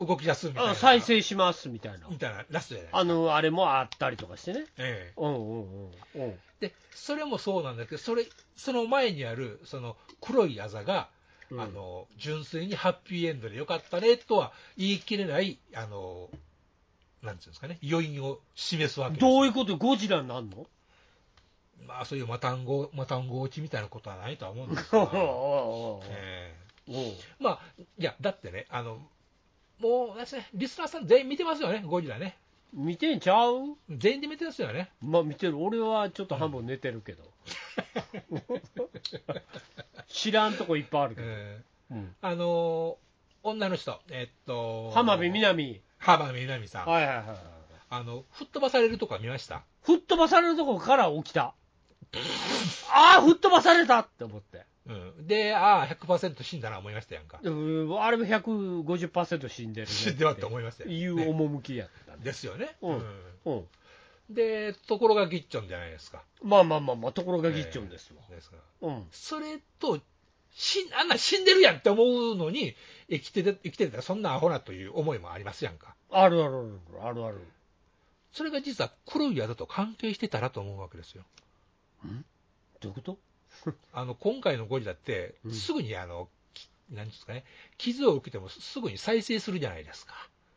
う動き出すみたい
あ、
な。
あ再。生しますみたいな。
みたいな、ラストじゃないですか。
あの、あれもあったりとかしてね。
ええ
うんうんうん。うん、
で、それもそうなんだけど、それ、その前にある、その、黒いあざが、
うん
あの、純粋にハッピーエンドでよかったね、とは言い切れない、あの、なんちゅうんですかね、余韻を示すわけですよ
どういうことゴジラになん の
まあ、そういうマタンゴ、マタンゴ落ちみたいなことはないとは思うんですけ
お
ど、
お
ええ
おお
まあ、いや、だってね、あの、もう、なんですね、リスナーさん全員見てますよね、ゴジラね。
見てんちゃう
全員で見てますよね。
まあ見てる俺はちょっと半分寝てるけ ど、知らんとこいっぱいあるけど、
え
うん
ーあのー女の人、えっと、
浜辺美波
浜辺美波さん、
はいはいはいはい
あの、吹っ飛ばされるとこは見ました
吹っ飛ばされるとこから起きたああ吹っ飛ばされたって思って
うん。で、ああ、100%死んだな思いましたや んか。
うんあれも150%死んでるね
死んではって思いましたよ。
いう
ね
趣やったんで、
ですよね。
うん
うん
うん、
で、ところがギッチョンじゃないですか。
まあまあまあまあところがギッチョンですわ、
えーですから
うん
それと、死んあんな死んでるやんって思うのに、生きてて生きてたらそんなアホなという思いもありますやんか。
あるあるあるあるある
それが実は黒い宿と関係してたらと思うわけですよ。
どういう こと
あの今回のゴジラって
う、ん
すぐにあの、きなんていうんですかね、傷を受けてもすぐに再生するじゃないですか。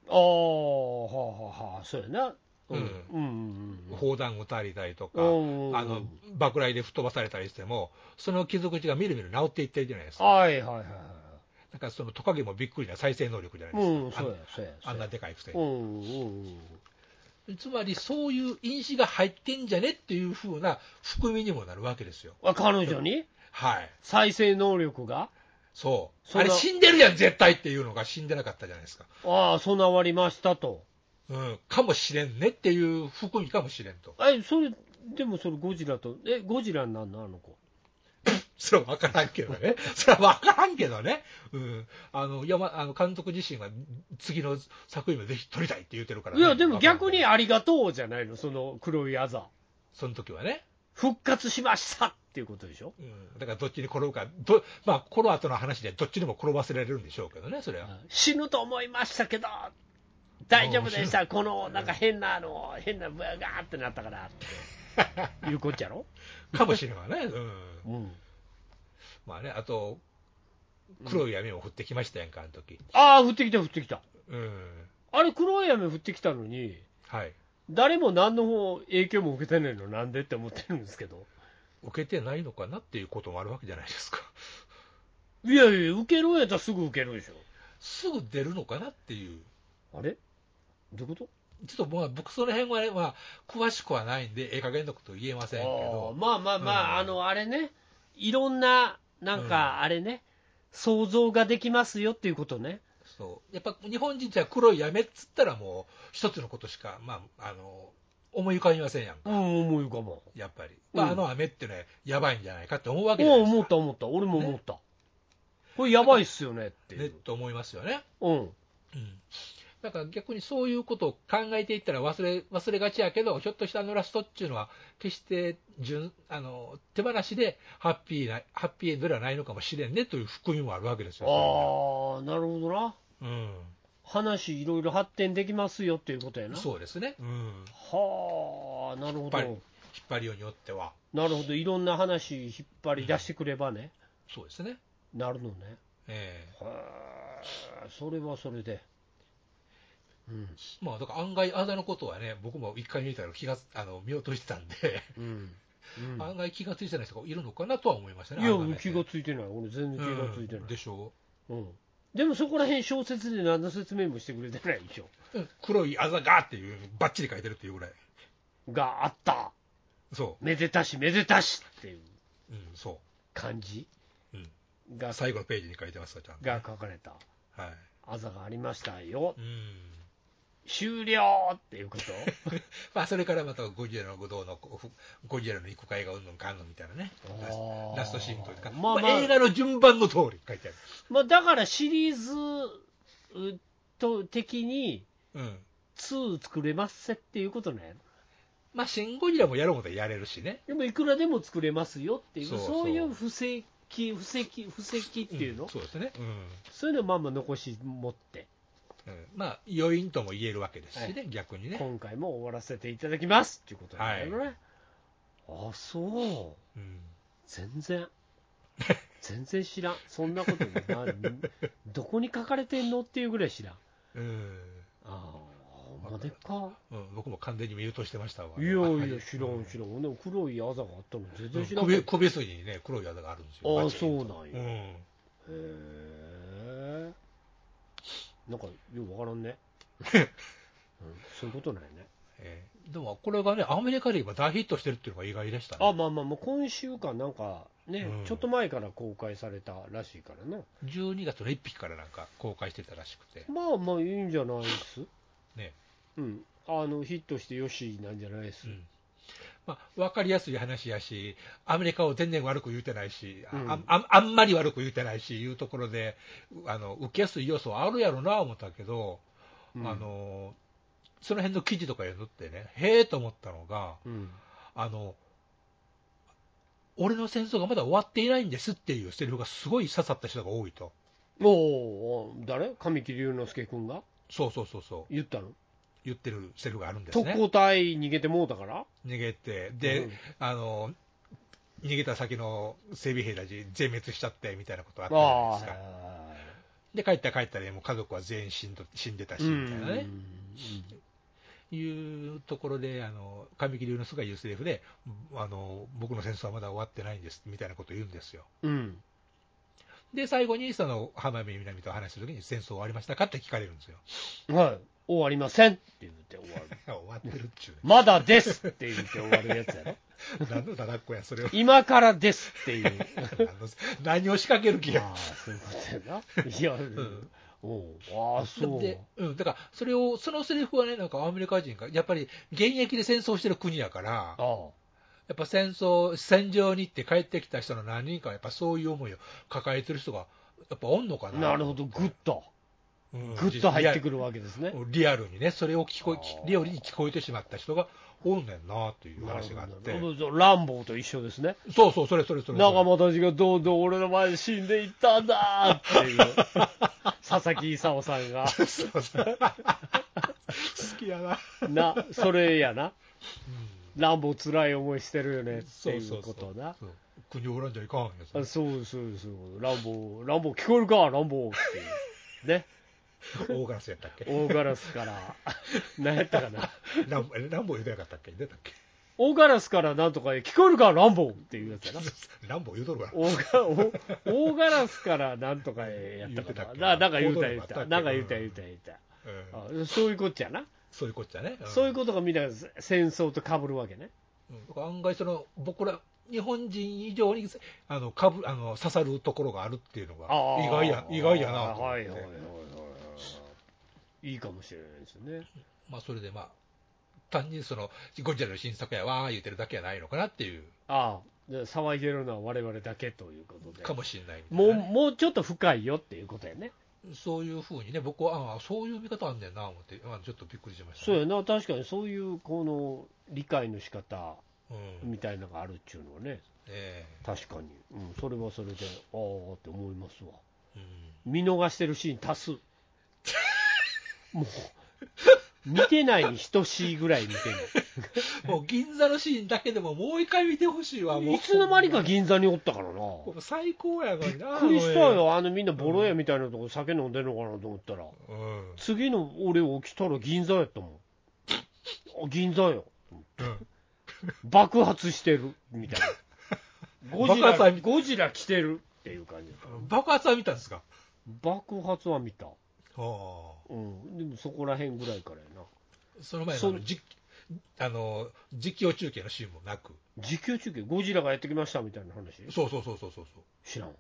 ああはあはあはあそうやな
うん
うんうんうん
砲弾撃たれたりとか、
うん
あの爆雷で吹っ飛ばされたりしても、その傷口がみるみる治っていってるじゃないですか。
はいはいはいは
だからそのトカゲもびっくりな再生能力じゃない
い。
ですか。
うん、そ
あん
うや、そうや。
あんな
で
でかいくせに
う。ん、うん、うん。
つまりそういう因子が入ってんじゃねっていう風な含みにもなるわけですよ。
あ、彼女に
はい。
再生能力が
そう。
そん
あ
な
れ死んでるやん、絶対っていうのが死んでなかったじゃないですか。
ああ、備わりましたと。
うん。かもしれんねっていう含みかもしれんと。
え、それ、でもそれゴジラと、え、ゴジラになんのあの子。
それはわからんけどね。 それはわからんけどね。うん。あの、山、あの、監督自身が次の作品もぜひ撮りたいって言ってるから、
い
ね。
や、でも逆に
わかんない
ありがとうじゃないの、その黒いあざ。
その時はね。
復活しましたっていうことでしょ。
うん。だからどっちに転ぶか、ど、まあ、この後の話でどっちにも転ばせられるんでしょうけどね、それは。
死ぬと思いましたけど、大丈夫でした、このなんか変なあの、変なブワガーってなったからって、 いうこっちゃろ。
かもしれないね。 うん。
うん
まあね、あと、黒い雨も降ってきましたやんか、あの時。
ああ、降ってきた、降ってきた。
うん。
あれ、黒い雨降ってきたのに、
はい。
誰も何の影響も受けてないの、なんでって思ってるんですけど、
受けてないのかなっていうこともあるわけじゃないですか。
いやいや、受けるんやったらすぐ受けるでしょ、
すぐ出るのかなっていう。
あれどういうこと
ちょっとまあ僕その辺はね、まあ、詳しくはないんで、ええ加減のこと言えませんけ
あー
ど。
まあまあまあ、
うん
あの、あれね、いろんな、なんかあれね、想像ができますよっていうことね、
そう。やっぱ日本人じゃ黒い雨っつったらもう、一つのことしか、まあ、あの、思い浮かびませんやん。
うん、思い浮かばん。
やっぱり。まあ、
うん
あの雨ってね、やばいんじゃないかって思うわけじゃな
お
いですか。
思った、思った、俺も思った、これ、やばいっすよねってい
ね、
う、
と思いますよね。
うん、
うんだから逆にそういうことを考えていったら忘れ忘れがちやけど、ひょっとしたあのラストっていうのは、決して順あの手放しでハッピーなハッピーエンドではないのかもしれんねという含みもあるわけですよ、
ああ、なるほどな、
それは
話、いろいろ発展できますよっていうことや
う
な。
ん、そうですね、うん、
はあ、なるほ
引っ張り引っ
ど、
張りようによっては、
なるほど、いろんな話引っ張り出してくればね、
そうですね、
なるのね、
ええ
はあ、それはそれで、うん、
まあ、だから案外、あざのことはね、僕も一回見たら気があの見落としてたんで、
うん、うん
案外気がついてない人がいるのかなとは思いましたね、
いや
改め、て
気がついてない、俺、全然気がついて
う
なんい
で、しょ
うん、でもそこら辺、小説で何の説明もしてくれてないでしょ、
う、うん黒いあざがっていう、ばっちり書いてるっていうぐらい。
があった、
そ
めでたしめでたしっていう
う、うん、そ
感じ
う、うん、
が
最後のページに書いてますよちゃんと、
が書かれた
はい
あざがありましたよ
うん
終了っていうこと
まあ、それからまたゴジラのどうのこうゴジラの肉会がうんぬんかんぬんみたいなね
あー
ラストシーンというか、
ま
ま
あ
あ
まあ
映画の順番の通り書いてある、
まあだからシリーズうと的に
うん
2作れますせっていうことね
まあ、シン・ゴジラもやろうもでやれるしね、
でもいくらでも作れますよっていうそ
そううそう
いう布石布石布石っていうの、
んそうですね、う
そういうのをまんま残し持って
んうんまあ、余韻とも言えるわけですしね、
は
逆にね、
今回も終わらせていただきますっていうことなんだよね、あそう
うん
全 然全然知らんそんなことなどこに書かれてんのっていうぐらい知らん
うん
ああほんまでか
うん僕も完全にミュートしてましたわ、
いやいや知ら
うん
知らんでも黒いあざがあったの全然知らん
個
かった
別個別にね、黒いあざがあるんですよ、
ああ
バチンと
そうなんや
うん
へえなんかよくわから んね、うん、そういうことなんやね
えーでもこれがね、アメリカで今、大ヒットしてるっていうのが意外でしたね、
あまあまあまあ今週かなんかね、
うん
ちょっと前から公開されたらしいからな
12月の1匹からなんか公開してたらしくて、
まあまあいいんじゃないっす
ね
うんあのヒットしてよしなんじゃないっす、
うんまあ、分かりやすい話やし、アメリカを全然悪く言うてないし、あ
うん
ああんまり悪く言うてないし、いうところで、あの受けやすい要素はあるやろな思ったけど、
うん
あのその辺の記事とか読んでね、へえと思ったのが、
うん
あの俺の戦争がまだ終わっていないんですっていうセリフがすごい刺さった人が多いと。
おお誰神木隆之介君が
そうそうそうそう
言ったの、
言ってるセリフがあるんです
特
ね。
攻隊逃げてもうたから
逃げて、で、
うん
あの、逃げた先の整備兵たち全滅しちゃってみたいなことあったじゃな
あ
いですか。
あ
で、帰ったら帰ったら、もう家族は全員死んど死んでたし、
うん
みたいなね。いうところで、あの、神木隆之介が言うセリフで、あの、僕の戦争はまだ終わってないんです、みたいなことを言うんですよ。
うんうん
で、最後に、その、浜辺美波と話するときに、戦争終わりましたかって聞かれるんですよ。
はい終わりませんって言って終わる
終わってるっちゅう
まだですって言って終わるやつや ろ。
ね。何のだだっこや、それを
今からですっていう
何の 何を仕掛ける気や
ああ。そういうことやないや、
ん
おうああそう
で、うん、だから、それを、そのセリフはね、なんかアメリカ人が、やっぱり現役で戦争してる国やから、や
ああ
っぱ戦争、戦場に行って帰ってきた人の何人かは、やっぱそういう思いを抱えてる人が、やっぱおんのかな。
なるほどグッと
うん
グッと入ってくるわ
け
けですね、
リアルにね、それを聞こ
あー
え、リアルに聞こえてしまった人がおんねんなという話があって
なる。ほどランボーと一緒ですね
そうそう、それそれそれ。
仲間たちがどうどう俺の前で死んでいったんだっていう 佐々木功さんが
そうそう。好きやな。
なそれやなランボー辛い思いしてるよねって
そう
い
そううそ
こ
う。
とな
そう国を恨んじゃいかんやつ
あそうそうそうランボーランボー聞こえるかランボーっていうね
大ガラスやったっけ
大ガラスから何やったかな
ランボえランボー言うてなかったっけ出たっけ
大ガラスからなんとかで聞こえるかランボーっていうやつやな
ランボー言うとるから。
大が大大ガラスからなんとかやった
言うてた
か
っけ
なななんか言うた言うた
行動力
なん
あったっ
か言
け
うた言うた言うた
うん
あそういうこっちゃな、
そういうこっちゃね。ん
そういうことがみんな戦争とかぶるわけね
うんだから案外その、僕ら、日本人以上にあのかぶあの刺さるところがあるっていうのが
あー
意外や意外やなと思っ
は
て、
いはいはいはいはいいいかもしれないですね
まあ、それでまあ単にそのゴジラの新作やわー言うてるだけやないのかなっていう
ああで騒いでるのは我々だけということで
かもしれないみた
も
いうなね
もうちょっと深いよっていうことやね
そういうふうにね僕はああそういう見方あんねんな思ってあちょっとびっくりしました
そう
ね、
やな確かにそういうこの理解の仕方
うん
みたいなのがあるっちゅうのはね
え
確かに、うん、それはそれでああって思いますわ
えうん
見逃してるシーン多 数もう見てないに等しいぐらい見て
もう銀座のシーンだけでももう一回見てほしいわ、
る
もう。
いつの間にか銀座におったからな
もう最高やのにな。
びっくりした
もう。
よあのみんなボロ屋みたいなとこ酒飲んでるのかなと思ったら
うん。
次の俺起きたら銀座や ったもんあ銀座よ
うん
爆発してるみたいな ゴジラ
爆発は見
ゴジラ来てるっていう感じ
爆発は見たんですか
爆発は見た
ああ。
うんでもそこら辺ぐらいからやな
その前
そう
のあの実あの、実況中継のシーンもなく。
実況中継、ゴジラがやってきましたみたいな話
そうそうそうそうそう
知 らん。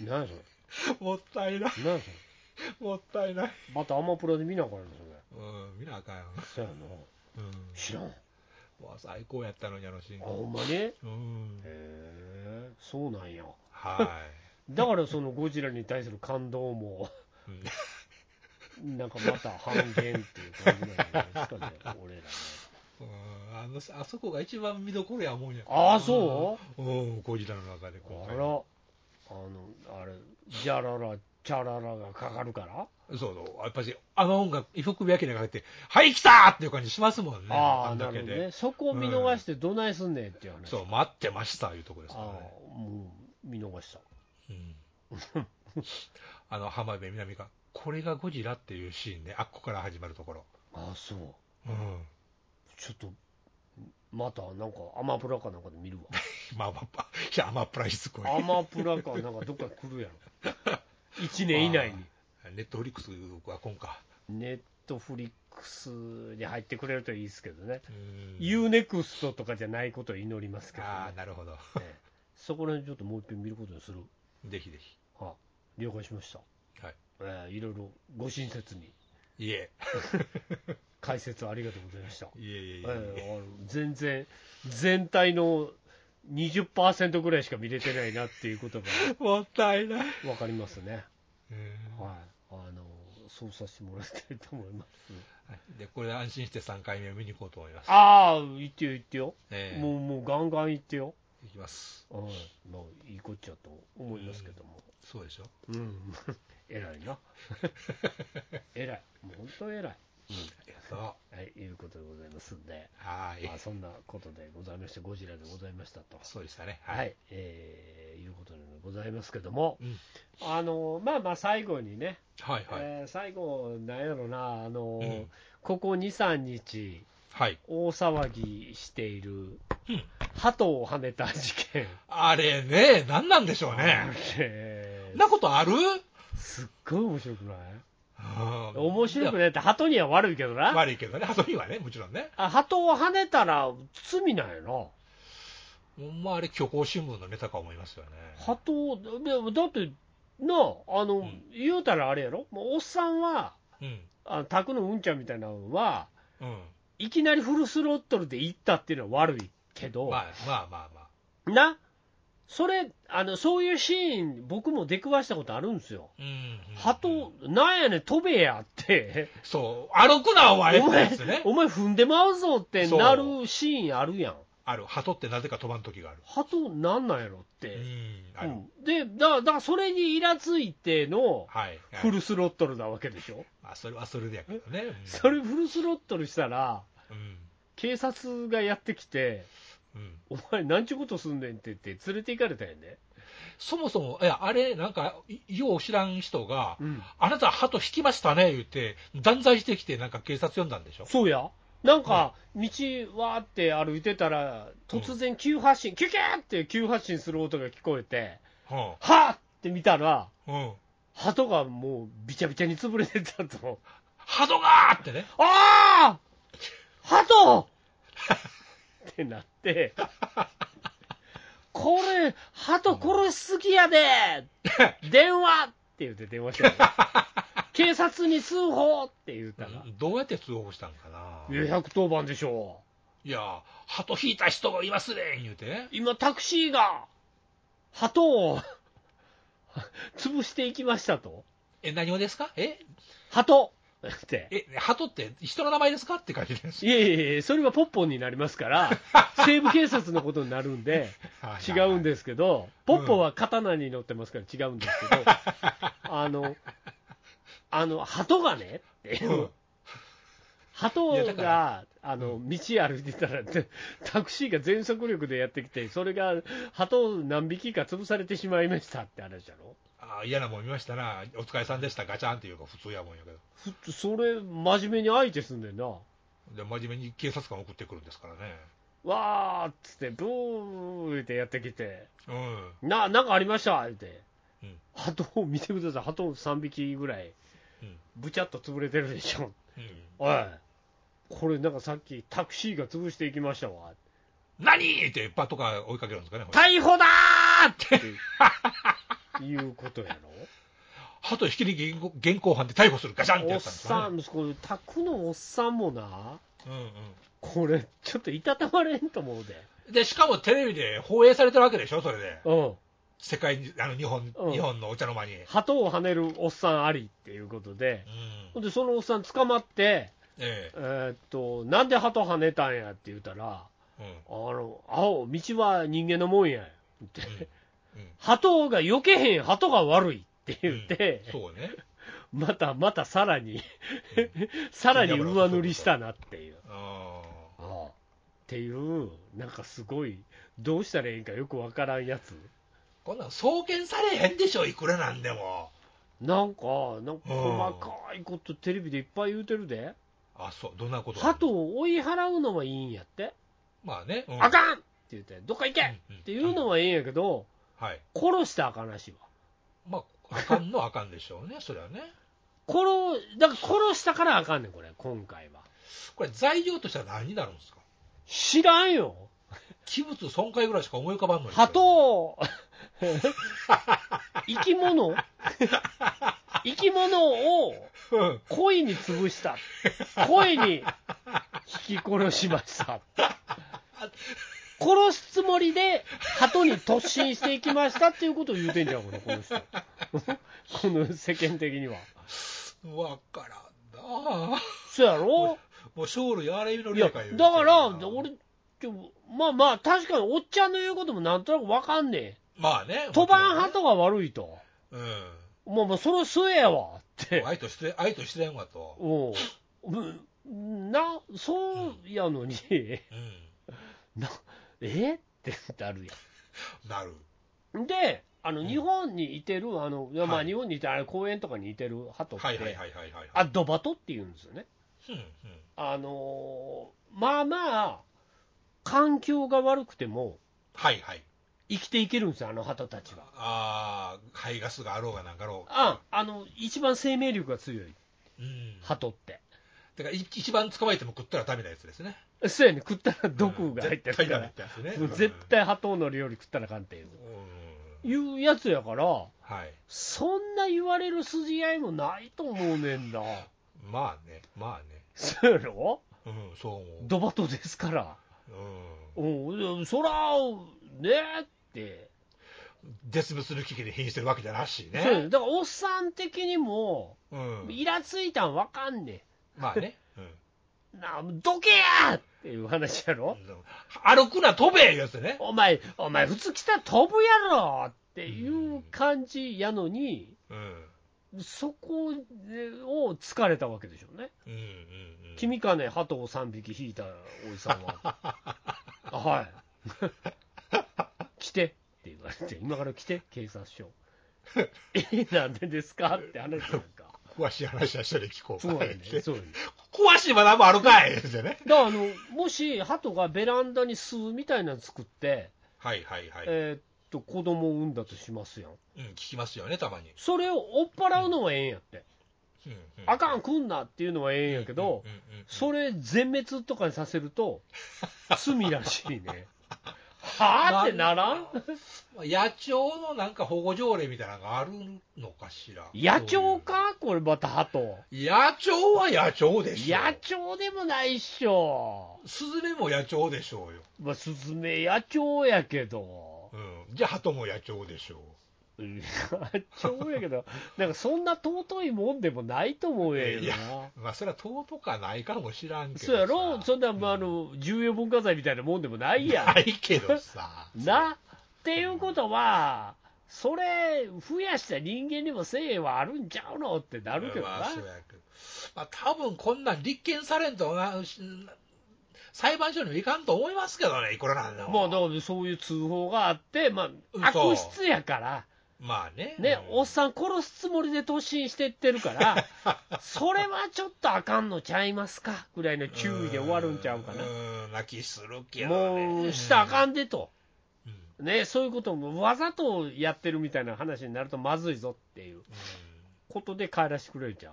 何やそれ。
そう。もったいない。
何やそれ。
もったいない。
またアマプラで見なあかんやろ
うん、見なあかんよ。
それ。そうやな。
うん。
知らん。あ、
もう最高やったのに、あのシーン。
ほんまにへ
うん。
え、そうなんや。
は
だからそのゴジラに対する感動も、
い。うん
なんかまた半減っていう感じなんじゃないですかね、俺らね。
うんあのあそこが一番見どころや思うんや
ああ、そう
うん、ゴジラの中で今
うあ
回
ら、あの、あれ、じゃらら、チャララがかかるから
そうそう、やっぱし、あの音楽、伊福部明がかって、はい、来たっていう感じしますもんね、
ああ、
ん
な
だ
る
け
ほど
で。
ね。そこを見逃してどないすんねんっていう話。
そう、待ってましたいうところですから
あ
ね。
あ、もう見逃した。
うん、 あの浜辺美波が、これがゴジラっていうシーンで、あっこから始まるところ。
ああ、そう。
うん
ちょっと、またなんかアマプラかなんかで見 るわ。
まあまあまあ、いや、まあ、プライスこ
アマプラかなんかどっか来るやろ。1年以内に。
ネットフリックスは今か。
ネットフリックスに入ってくれるといいですけどね。
うん
ユーネクストとかじゃないことを祈りますけど、ね
ああ、なるほど。
え えそこら辺ちょっともう一遍見ることにする。
ぜひぜひ。
は了解しました。
はい。
ええいろいろご親切に
いえ。
解説ありがとうございました。
いえいえいえい
ええ
え。
あの全然、全体の20%ぐらいしか見れてないなっていうことが
もったいない。
分かりますね。
うん
はい、あのそうさせてもらいたいと思い ます。
はいで、これで安心して3回目を見に行こうと思います。
ああ、行ってよ、行ってよ、
ええ
もうもうガンガン行ってよ、
いきます。
うん、まあ、いいこっちゃと思いますけども、
そうでしょ。
うん、 偉いな、 偉い、もう本当偉い、
そう。
はい、いうことでございますんで、
はい
まあ、。そんなことでございまして、ゴジラでございましたと。
そうでしたね。
はい、。えーいうことでございますけども、
うん
あのまあまあ最後にね、
はいはい。
えー最後なんやろなあの、
うん
ここ23日
はい。
大騒ぎしている
うん
鳩をはねた事件、
あれね、何 なんでしょうね。
え
なことある
すっごい面白くない
面
面白くないって鳩には悪いけどな
悪いけどね、遊びはね、もちろんね。
あ鳩をはねたら罪なんやな
ほんまあれ、虚構新聞のネタか思いますよね。
鳩をでだってなああの、
ん
言うたらあれやろもうおっさんは
うん。
あ宅のうんちゃんみたいなのは
うん。
いきなりフルスロットルで行ったっていうのは悪いけど、
まあまあまあまあ。
な、それ、あの、そういうシーン、僕も出くわしたことあるんですよ。
うん。
鳩、なんやねん、飛べや って、
そう、歩くな、お前
お
ってや
前
つね、。
お前踏んでまうぞってなるシーンあるやん。
ある。鳩ってなぜか飛ばん時がある。
鳩、なんなんやろっ
う
て。
ん。あ
う
る。
ん、で、だだからそれにイラついての
はい。
フルスロットルなわけでしょ。
まあ、それはそれでやけどね。うん
それ、フルスロットルしたら、
うん。
警察がやってきて、
うん。
お前、なんちゅうことすんねんって言って、連れて行かれたんやね。
そもそも、いや、あれ、なんか、いよう知らん人が、
うん
あなた、鳩引きましたね、言って、断罪してきて、なんか警察呼んだんでしょ
そうや。なんか、道わーって歩いてたら、突然急発進、キュキューって急発進する音が聞こえて、
う
はーって見たら、
ん。うん。
鳩がもうびちゃびちゃに潰れてたと。
鳩がーってね。
あー鳩 ってなって、 これ、鳩殺しすぎ やで電話って言って電話して 警察に通報って言うたら、
どうやって通報したんかない
や、110番でしょう。
いや、鳩引いた人がいますねん、言うてね。
今タクシーが鳩を 潰していきましたと
え、何をですかえ、
鳩って
え、鳩って人の名前ですかって感じです。
いえいえいえそれはポッポンになりますから 西部警察のことになるんで違うん
で。
ですけどポッポンは刀に乗ってますから違うんです けど、あのあの鳩がねっていう
うん
鳩
いやだか
があの道歩いてたら、でタクシーが全速力でやってきて、それが鳩何匹か潰されてしまいましたって話だろ
あ嫌なもん見ましたな。お疲れさんでした、ガチャンっていうか、普通やもんやけど。
ふっとそれ、真面目に相手すんねんな。
で、真面目に警察官送ってくるんですからね。
わーっつって、ブーってやってきて、
うん。
な、なんかありましたって。
うん
鳩を見てください。鳩3匹ぐらい
うん、
ぶちゃっと潰れてるでしょ。
うん
おい、これなんかさっきタクシーが潰していきましたわ。
何ってパトカー追いかけるんですかね、
逮捕だーっていうことやろ
鳩ひき逃げ現行犯で逮捕する、ガシャンって
お
や
っ
ったんですか
さ
ね。
ん、この宅のおっさんもな、
うん
これ、ちょっといたたまれんと思うで。
うん、でしかもテレビで放映されてるわけでしょ、それで、
うん。
世界にあの日本、
うん
日本のお茶の間に。うん
鳩を跳ねるおっさんありっていうことで、ほんで、そのおっさん捕まって、
え
えーっと、なんで鳩跳ねたんやって言ったら、
えうん
あの、青、道は人間のもんや。って、
うんうん
鳩が避けへん、鳩が悪いって言って、
うんそうね、
また、またさらに、さらに上塗りしたなっていう。
あ
っていう、なんかすごい、どうしたらいいんかよくわからんやつ。
ーこんなん送検されへんでしょ、いくらなんでも。
なんか、なんか
うん
細かいことテレビでいっぱい言うてるで。
あそうどんなこと
鳩を追い払うのはいいんやって。
まあね、うん
あかんって言って、どっか行け
うんうん
っていうのはいいんやけど、
はい、
殺したらあかんらしいわ。
まあ、あかんのはあかんでしょうね、それはね。
殺、だから殺したからあかんねん、これ、今回は。
これ、材料としては何になるんですか
知らんよ。
器物損壊ぐらいしか思い浮かばんのに。
鳩 生き物生き物を
うん
恋に潰した。恋に引き殺しました。殺すつもりで鳩に突進していきましたっていうことを言うてんじゃん、これこ の人。この世間的には。
わからんなあ
そうやろ
もうショールやれゆの
いや、
理解を言うて
だから、
るな
俺、ちょまあまあ、確かにおっちゃんの言うこともなんとなくわかんね
まあね
え。、飛ばん鳩が悪いと。
うん。
もう、もうそれ末やわって。
愛として、愛としてんわと。
おうんな、そうやのに、
うん。
な、 えってなる
なる。
やん。で、あの、
ん
日本にいてる、あの、いやま
は
あ、
い
日本にいて、あれ、公園とかにいてる鳩って、
はいはいはいはいはい。
あ、ドバトって言うんですよね。
うんうん。
あのーまあまあ、環境が悪くても、
はいはい。
生きていけるんですよ、あの鳩たちは。
ああ、排ガスがあろうがなんかろうが。
あ、あの、一番生命力が強い、
うん。
鳩って。
だからい一番捕まえても食ったらダメなやつですね。
そうやね、食ったら毒が入ってるから
うん絶対ダメっ、てやつね。
もう絶対鳩の料理食ったらあかんっていう
う、ん。う
い
ん。
うやつやから、
はい。
そんな言われる筋合いもないと思うねんな。
まあね、まあね。
そうやろ
うん、そう思う。
ドバトですから。
う
うん、そら、ねって。
ん。絶滅する危機に瀕してるわけじゃなし
そうやね
ね。
だから、おっさん的にも、
うん。
イラついたんわかんね
まあね。うん。
ん。なあ、どけやっていう話やろ、
歩くな、飛べいうやつね。
お前、お前、普通来たら飛ぶやろっていう感じやのに、
うん。
そこを疲れたわけでしょうね。
うんうんうん。
君かね、鳩を3匹引いたおじさん は、あはい、来てって言われて、今から来て、警察 署。え、なんでですかって話なんか。
詳しい話は人で聞こう。
そうやね
はい、
そうや ね。
詳しい学ぶあるかいですよね。
だからあの、もし、鳩がベランダに巣みたいなの作って、
はいはいはい。
えーっと、子供を産んだとしますやん。
うん、聞きますよね、たまに。
それを追っ払うのはええんやって。
うんうん
あかん、来んなっていうのはええんやけど、
うんうんうん
それ全滅とかにさせる と、罪らしいね。はぁってならん
まあ野鳥のなんか保護条例みたいなのがあるのかしら。
野鳥かこれまた鳩。
野鳥は野鳥でしょ。
野鳥でもないっしょ。
スズメも野鳥でしょうよ。
まあ、スズメ野鳥やけど。
うん。じゃあ、鳩も野鳥でしょう。
野鳥やけど、なんかそんな尊いもんでもないと思うやけど
い
な。
まあ、それは尊とかないかもしらんけどさ。
そうやろそんな、
うん
まあ、あの、重要文化財みたいなもんでもないやん
ないけどさ。
なっていうことは、それ、増やした人間にも誠意はあるんちゃうのってなるけど
ま
な
あ、、そうやけど。まあ、多分こんなん立件されんとな、し裁判所にもいかんと思いますけどね、いくらなんで
まあ、
も。
だからそういう通報があって、ま
うん
あ、
そう
悪質やから、
まあね。
ね、
うん
おっさん殺すつもりで突進してってる から、それはちょっとあかんのちゃいますかぐらいの注意で終わるんちゃうかな
う。ん、泣きするけど、ね。
もう、したらあかんでと。
うん。
ね、そういうこともわざとやってるみたいな話になるとまずいぞっていう
うん
ことで帰らせてくれるじゃん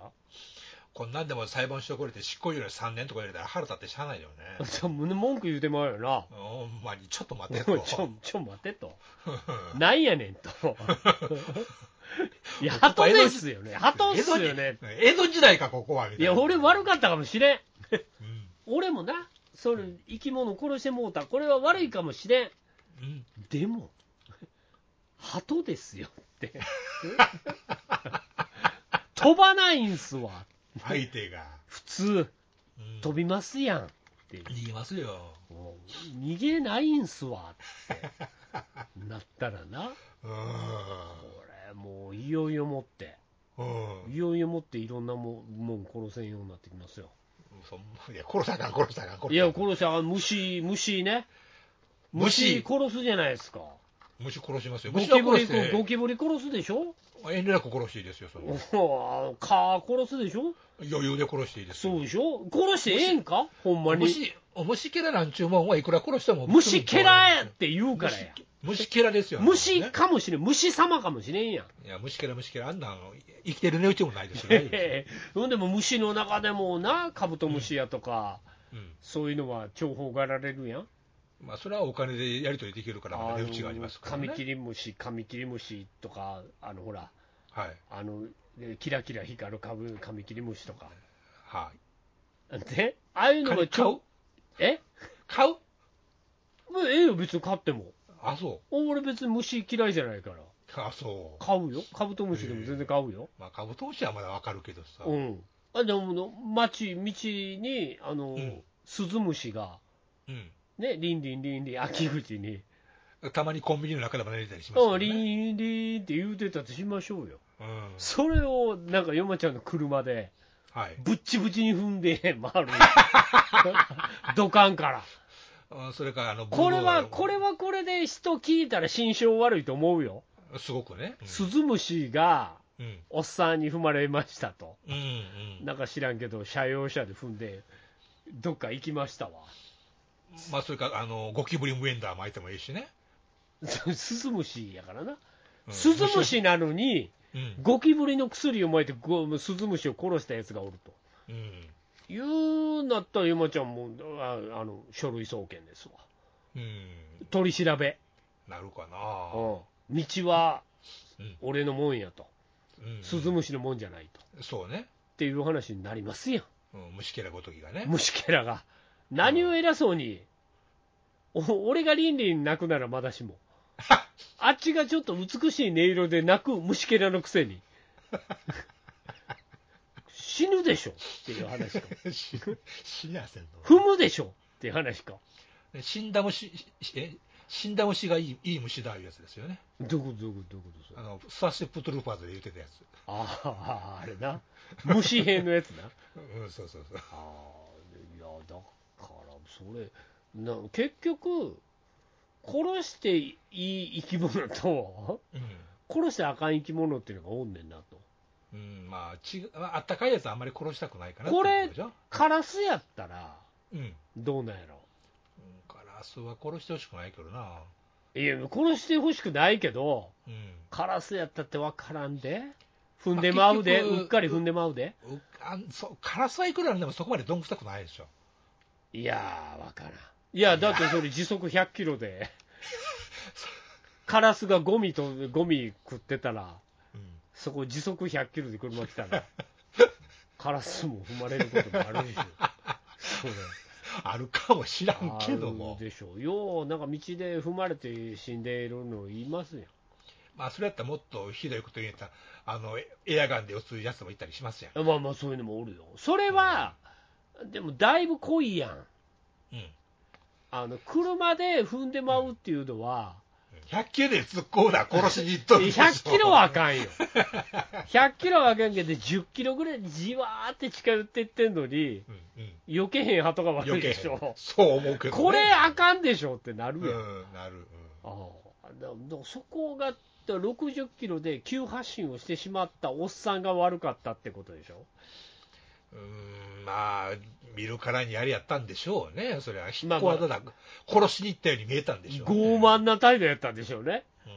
こんなんでも裁判所来れて執行猶予3年とか言われたら腹立ってしゃあないよね。
ちょ胸文句言う てもらうよ
うんほんまに、ちょっと待
な
て
ちょ
と。
ちょ待てとなんやねんといや
ちょっ
鳩
と江戸
ですよね鳩っすよね
江戸時代か、ここは、みたい
い
な。
や俺悪かったかもしれん
うん。
俺もなその生き物殺してもうたこれは悪いかもしれん
うん。
でも鳩ですよって飛ばないんすわ
相手が。
普通
うん
飛びますやんっていう
言いますよ。
もう逃げないんすわってなったらな
う
こ
ん。
れもういよいよもって
うん。
いよいよもっていろんなもんもん殺せんようになってきますよ
そんいや、殺したらあかん、殺したらあかん。
いや
殺したらあかん
殺したら虫虫ね
虫
殺すじゃないですか
虫殺しますよ。
ゴ
虫
キ
は
ブ
殺
リ
し
ゴ
て、
キブリ殺すでしょ
遠慮なく殺していいですよ、それは
おう蚊殺すでしょ
余裕で殺していいですよ。
そうでしょ殺してええんかほんまに
虫、虫けらなんちゅうもんはいくら殺しても
虫けらやって言うからや
虫けらですよ。
虫
ね
かもしれん虫様かもしれんやん
いや、虫けら虫けら、あんなの生きてるねうちもないですよね。
ほんでも虫の中でもなカブトムシやとか、
うん。
そういうのは重宝がられるやん
まあ、それはお金でやり取りできるから、まだ値打ちがありますから
カ
ね。
ミキリムシカミキリムシとかあのほら
はい。
あのえキラキラ光るカブカミキリムシとか
は
でああいう
い。
の
金
がち
買う
ょえ
買う
もうええよ別に買っても
あ、そ
俺別に虫嫌いじゃないから
う。あ、そう。
買うよカブトムシでも全然買うよ、
まあ、株投資はまだわかるけどさ。
うんあでも街道にあの、
うん
スズムシが
うん。
ねリンリンリンリン秋口に
たまにコンビニの中でも寝れたりします
う
よ
ん、リ
ね。
ーンリーンって言うてたとしましょうよ。
うん。
それを、なんか、ヨマちゃんの車で、
はい。
ぶっちぶちに踏んで回る。 ドカンから。
あそれから、あの、
これは、
ブルー
これはこれで人聞いたら心象悪いと思うよ。
は、すごくね。うん
スズムシが、
うん。
おっさんに踏まれましたと。
うん。うん。
なんか知らんけど、車用車で踏んで、どっか行きましたわ。
まあ、それから、あの、ゴキブリムエンダー巻いてもいいしね。
スズムシやからな。
うん
スズムシなのに、
うん。
ゴキブリの薬をまいて、ごスズムシを殺したやつがおると。
うん。
言うんだったら、ゆまちゃんもああの書類送検ですわ、
うん。
取り調べ、
なるか
うん、
な。
道は
うん
俺のもんやと、
うん
スズムシのもんじゃないと、っ
そうね、
ていう話になりますや
うん、虫けらごときがね
ん、、虫けらが。何を偉そうに、お俺がリンリン泣くならまだしも、あっちがちょっと美しい音色で泣く虫けらのくせに。死ぬでしょっていう話か、
死死なせん
踏むでしょっていう話か、
の死んだ虫、しえ死んだ虫がいいいい虫だいうやつですよね、
どういうことどういうことどういうことそれ
あのスワステップトゥルーパーズで言ってたやつ、
ああ、あれな、虫兵のやつな。
うん、そうそうそう、
ああ、いや、だから、それ、な結局、殺していい生き物と、
う
殺してあかん生き物っていうのがおんねんなと。
ん、うん、まあ、ちまああったかいやつはあんまり殺したくないかな
これ
っていうとでし
カラスやったら、
ょ、うん、
どうなんやろ。
ガラスは殺してほしくないけどな、
いや、殺してほしくないけど、
うん、
カラスやったってわからんで、踏んでまうで、
まあ結局
うっかり踏んでまうで。
うあんそうカラスはいくらなんでもそこまでどんくさくないでしょ、
いやー、わからん。いや、だってそれ時速100キロで、カラスがゴミと、ゴミ食ってたら、
うん、
そこ時速100キロで車来たら、カラスも踏まれることもあるでしょ。それ
あるかもしら
あ
んけども
る。でしょう。よう、なんか道で踏まれて死んでいるの言いますやん。
まあ、それやったらもっとひどいこと言えたらあのエエアガンで撃つやつもいたりしますやん、
まあまあ、そういうのもおるよ。それは、でもだいぶ濃いやん。
うん、
あの、車で踏んでまうっていうのは、
100キロで突っ込むな殺しに行っとるでしょ
100キロはあかんよ。100キロはあかんけど、10キロぐらいじわーって近寄っていってんのに、
うんうん
避けへん鳩が悪
余
い
計
でしょ。
そう思うけど、ね、
これあかんでしょってなる
う
やん。
んなる、
ああだだそこがだ60キロで急発進をしてしまったおっさんが悪かったってことでしょ、
うん、うんまあ見るからにあれやったんでしょうねそれは引
まあ
っ
まあ
こだなく殺しに行ったように見えたんでしょう、ね、
傲慢な態度やったんでしょうね、
う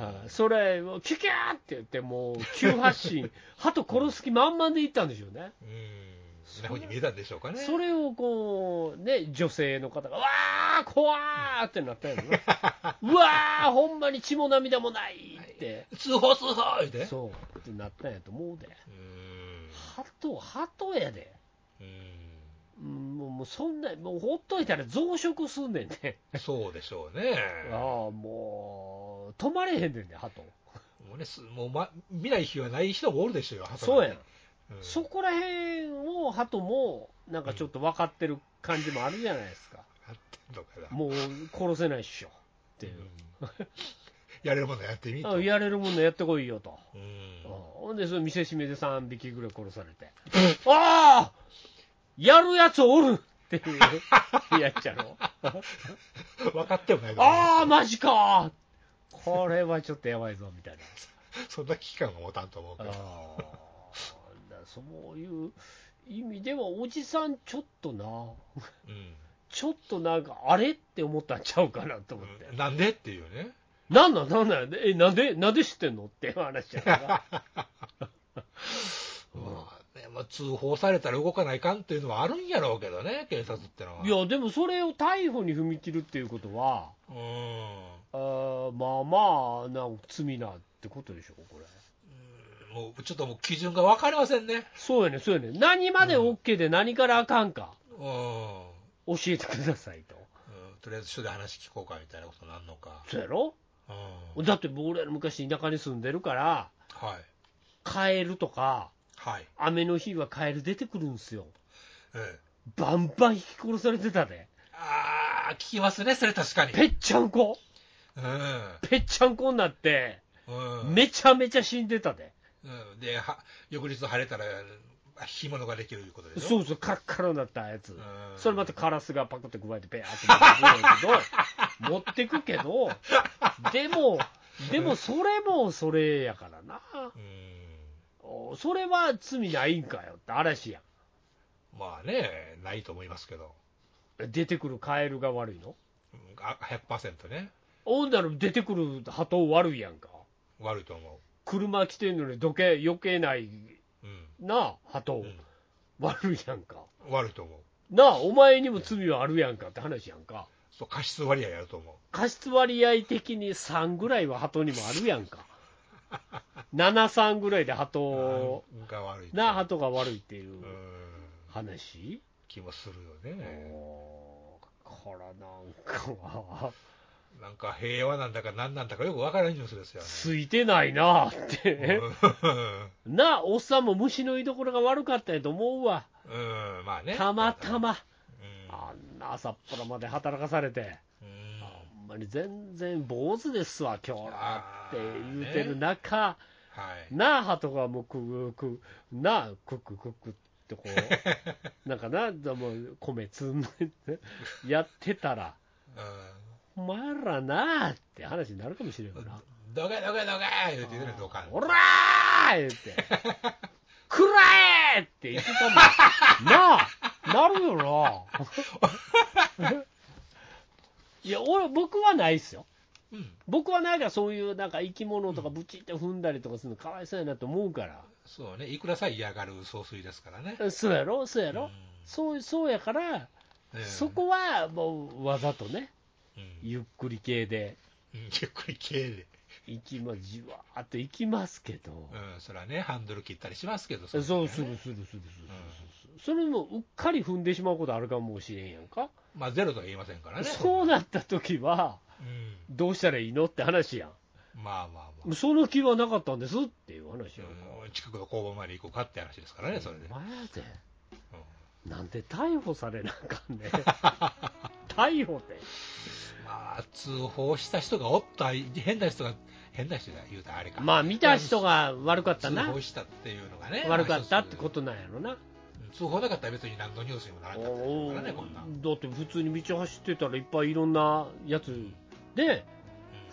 あーそれをキュキャーって言ってもう急発進 鳩殺す気満々で行ったんでしょうね
うん、そんなふうに見えたんでしょうかね。
それをこうね女性の方が「わー怖ー!」ってなったんやろな うわーほんまに血も涙もないって、
通報、通報言うて。
そうってなったんやと思うで
うーん
鳩鳩やで
う
うんもうもうそんなもうほっといたら増殖すんねんね
ーんそうでしょうね。
ああもう止まれへんねんね鳩
もうね、すもう、ま、見ない日はない人もおるでしょうよ、鳩
そう
なん
やん
て、うん
そこら辺を鳩もなんかちょっと分かってる感じもあるじゃないですか
やってんのかな。
もう殺せないっしょっていううん
やれるものやってみ
あ
と。
やれるものやってこいよと
うん
うんほんでその見せしめで3匹ぐらい殺されてああやるやつおるって いうやっちゃろ
分かってもないから、
ああマジかこれはちょっとやばいぞみたいな
そんな危機感は持たんと思うけど。
ああだからそういう意味ではおじさんちょっとな
うん
ちょっとなんかあれって思ったんちゃうかなと思って、
うんなんでっていうね。
なんなんなんなんえなんでなんで知ってんのっていう話や から
まあねまあ、通報されたら動かないかんっていうのはあるんやろうけどね、警察ってのは。
いやでもそれを逮捕に踏み切るっていうことは
うん
あーまあまあな罪なってことでしょこれ
もうちょっともう基準が分かりませんね。
そうやねそうやね何まで OK で何からあかんか
うん。うん
教えてくださいと
とりあえず署で話聞こうかみたいなことになんのか。
そうやろ
うん。
だって僕らの昔田舎に住んでるから
はい。
カエルとか
はい。
雨の日はカエル出てくるんすよ
ええ。
バンバン引き殺されてたで
あー、聞きますね、それ確かに。
ぺっちゃんこ
う
ぺっちゃんこになって
ん。うん。
めちゃめちゃ死んでたで
うん、では、翌日晴れたら、干物ができるいうことでしょ。
そうそうカラッカラになったやつ
ん
それまたカラスがパクって加えてペアって 持ってくるけど持ってくけどでもでもそれもそれやからな
うん。
おそれは罪ないんかよって嵐やん
まあね、ないと思いますけど。
出てくるカエルが悪いの
うんあ100%ね。
おんだら出てくる鳩悪いやんか
悪いと思。
車来てんのにどけ避けないう
うん。
なあ鳩、
ん
悪いやんか
悪いと思う。
なあお前にも罪はあるやんかって話やんか
そう、過失割合やると思う。
過失割合的に3ぐらいは鳩にもあるやん か73ぐらいで鳩
うんが悪いと思う。
なあ鳩が悪いっていう
うん。
話、
気もするよ
お
ね。
こらなんかは
なんか平和なんだか何なんだかよくわからんニュースですよ
ついてないなあって
ね。う
なあおっさんも虫の居所が悪かったんやと思うわ
ん、うんまあね。
たまたま
うん。
あんな朝っぱらまで働かされて
うん
ほんまに全然坊主ですわ今日らって言うてる中、
はい。
なあ鳩がもうくぐくなあくくくくってこ うなんかなでも米積んでやってたら
う
お前らなあって話になるかもしれんよな。
ん。どけどけどけ言うて言うね、どかん。
おらー言って、くらえって言ってたもん。なあ、なるよ な。いや、俺、僕はないっすよ。
うん。
僕はなんかそういうなんか生き物とかブチって踏んだりとかするのかわいそうやなと思うから。
そうね、いくらさえ嫌がる総帥ですからね。
そうやろそうや
う
ろ
ん
そう、そうやから、
ね
そ、こはもうわざとね、
うんうん
ゆっくり系で、
ゆっくり系で。
行きま、じわーっと行きますけど。
うん、それはね、ハンドル切ったりしますけど、
そうする
ね
するするするする、それもうっかり踏んでしまうことあるかもしれんやんか、
まあ、ゼロとは言いませんからね。
そうなった時は
うん。
どうしたらいいのって話や
まあまあ
ん
ま
その気はなかったんですっていう話やんか、
あ。うん近くの工房まで行こうかって話ですからね、それで。
お前で
うん
なんで逮捕されなあかんね ん逮捕って
まあ、通報した人がおった、変な人が、変な人が言うたらあれか。
まあ見た人が悪かった
通
な
報したっていうのがね。
悪かったってこ
ま
となんやろな
あ。一つ通報なかったら別に何のニュースにもならんかった
お
から
ー
ね、こんなん。
だって普通に道走ってたらいっぱいいろんなやつで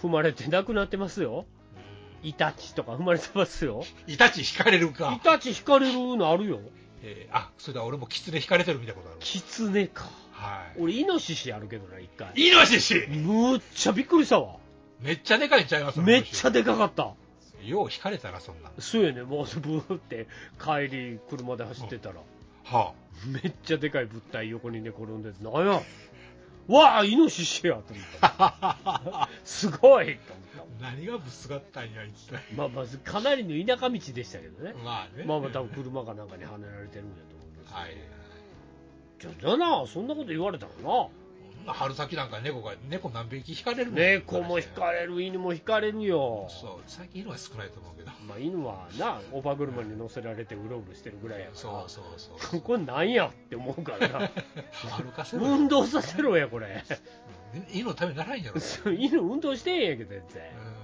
踏まれてなくなってますよイタチとか踏まれてますよ
イタチ引かれる
イ
か。
タチ引かれるのあるよ。
えーあ、それだ、俺もキツネ引かれてるみたいなことある。
キツネか。
はい。
俺、イノシシやるけどな、一回。
イノシシ
むっちゃびっくりしたわ。
めっちゃでかいんちゃいます
めっち
ゃ
ゃでかかった。
よう引かれたな そんなん
そうやね、もうブーって帰り、車で走ってたら、
は
めっちゃでかい物体横に寝転んでて、なんや、わあ、イノシシやと思った。
あ
すごいと思っ
何がぶつかったんや一体
た。まあ、まずかなりの田舎道でしたけどね。
まあね
まあまあ、多分車かなんかにはねられてるんやと思うんです
はい
けど。じゃあな、そんなこと言われたらな。
春先なんか猫が猫何匹引かれるの
猫も引かれる、犬も引かれるよ。
そう最近のは少ないと思うけど
まあ、犬はな、オパ車に乗せられてうろうろしてるぐらいやから。
そうそうそう
ここなんやって思うから な。
歩かせろよ
運動させろや、これ。
犬のためにならんやろ
そう犬運動してへんやけど、全然。
うん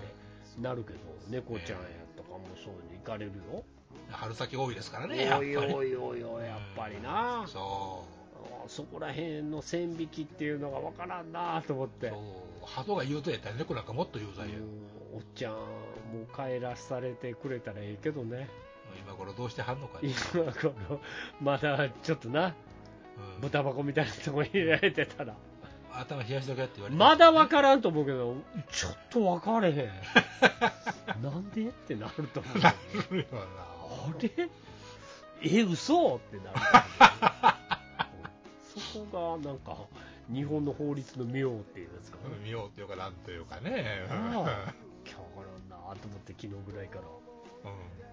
なるけど、猫ちゃんやとかもそういうの行かれるよ。
春先多いですからねやっ
お
ぱり
いおいおいおい、やっぱりな。
そ
あーそこら辺の線引きっていうのがわからんなと思っ
う
て。
そう鳩が言うとやったら猫なんかもっと言うざよ
うんおっちゃん、もう帰らされてくれたらええけどね。
今頃どうしてはんのかい、
今頃、まだちょっとな、
うん
豚箱みたいなとこに入れられてたら。
頭冷やしとけって言われて
まだ分からんと思うけど、ちょっと分かれへ ん。なんでってなると思う。
なるよな
あれえ、嘘ってなると 思う。そこがなんか、日本の法律の妙っていうんですかね。
見ようっていうかなんというかね
ああ今日からなと思って、昨日ぐらいから。
うん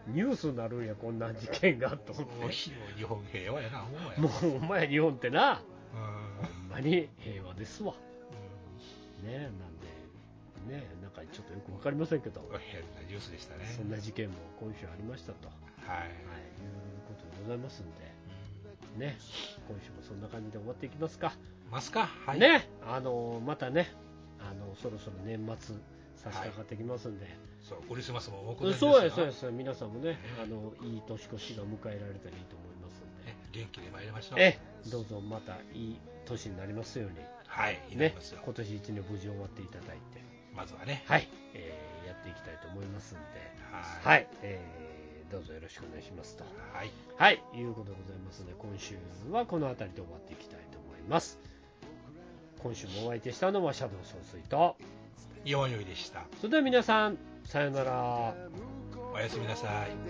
ニュースになるんや、こんな事件がと思
もう
っ
日も日本平和やなほんまや
て。もう、お前日本ってな、
うん
ほんまに平和ですわ。
う
ねえ、なんで、ねえ、なんかちょっとよく分かりませんけど。
ん変なニュースでしたね
そんな事件も今週ありましたと、は
はい、
い、いうことでございますんで、ね、今週もそんな感じで終わっていきますか。
うんますかはい
ね、あの、またね、あの、そろそろ年末差し掛かってきますんで、
そうクリスマスも目前です
そうです、
が
そうです、皆さんもね、あの、いい年越しが迎えられたらいいと思いますんで
ね、元気で参りましょう
ええ、どうぞまたいい年になりますよう
はい
に、
祈り
ね
ますよ、、
今年一年無事終わっていただいて、
まずはね
はい、えーやっていきたいと思いますんで、
は
はいい、えーどうぞよろしくお願いしますと。
はい
はい、いうことでございますので、今週はこの辺りで終わっていきたいと思います。今週もお相手したのはシャドウ総帥と、
弱よいでした
それでは皆さん、さようなら。
おやすみなさい
「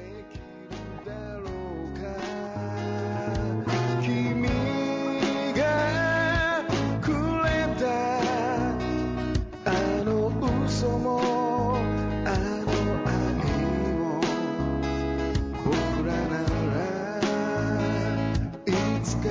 君がくれたあの嘘もあの愛も僕らならいつか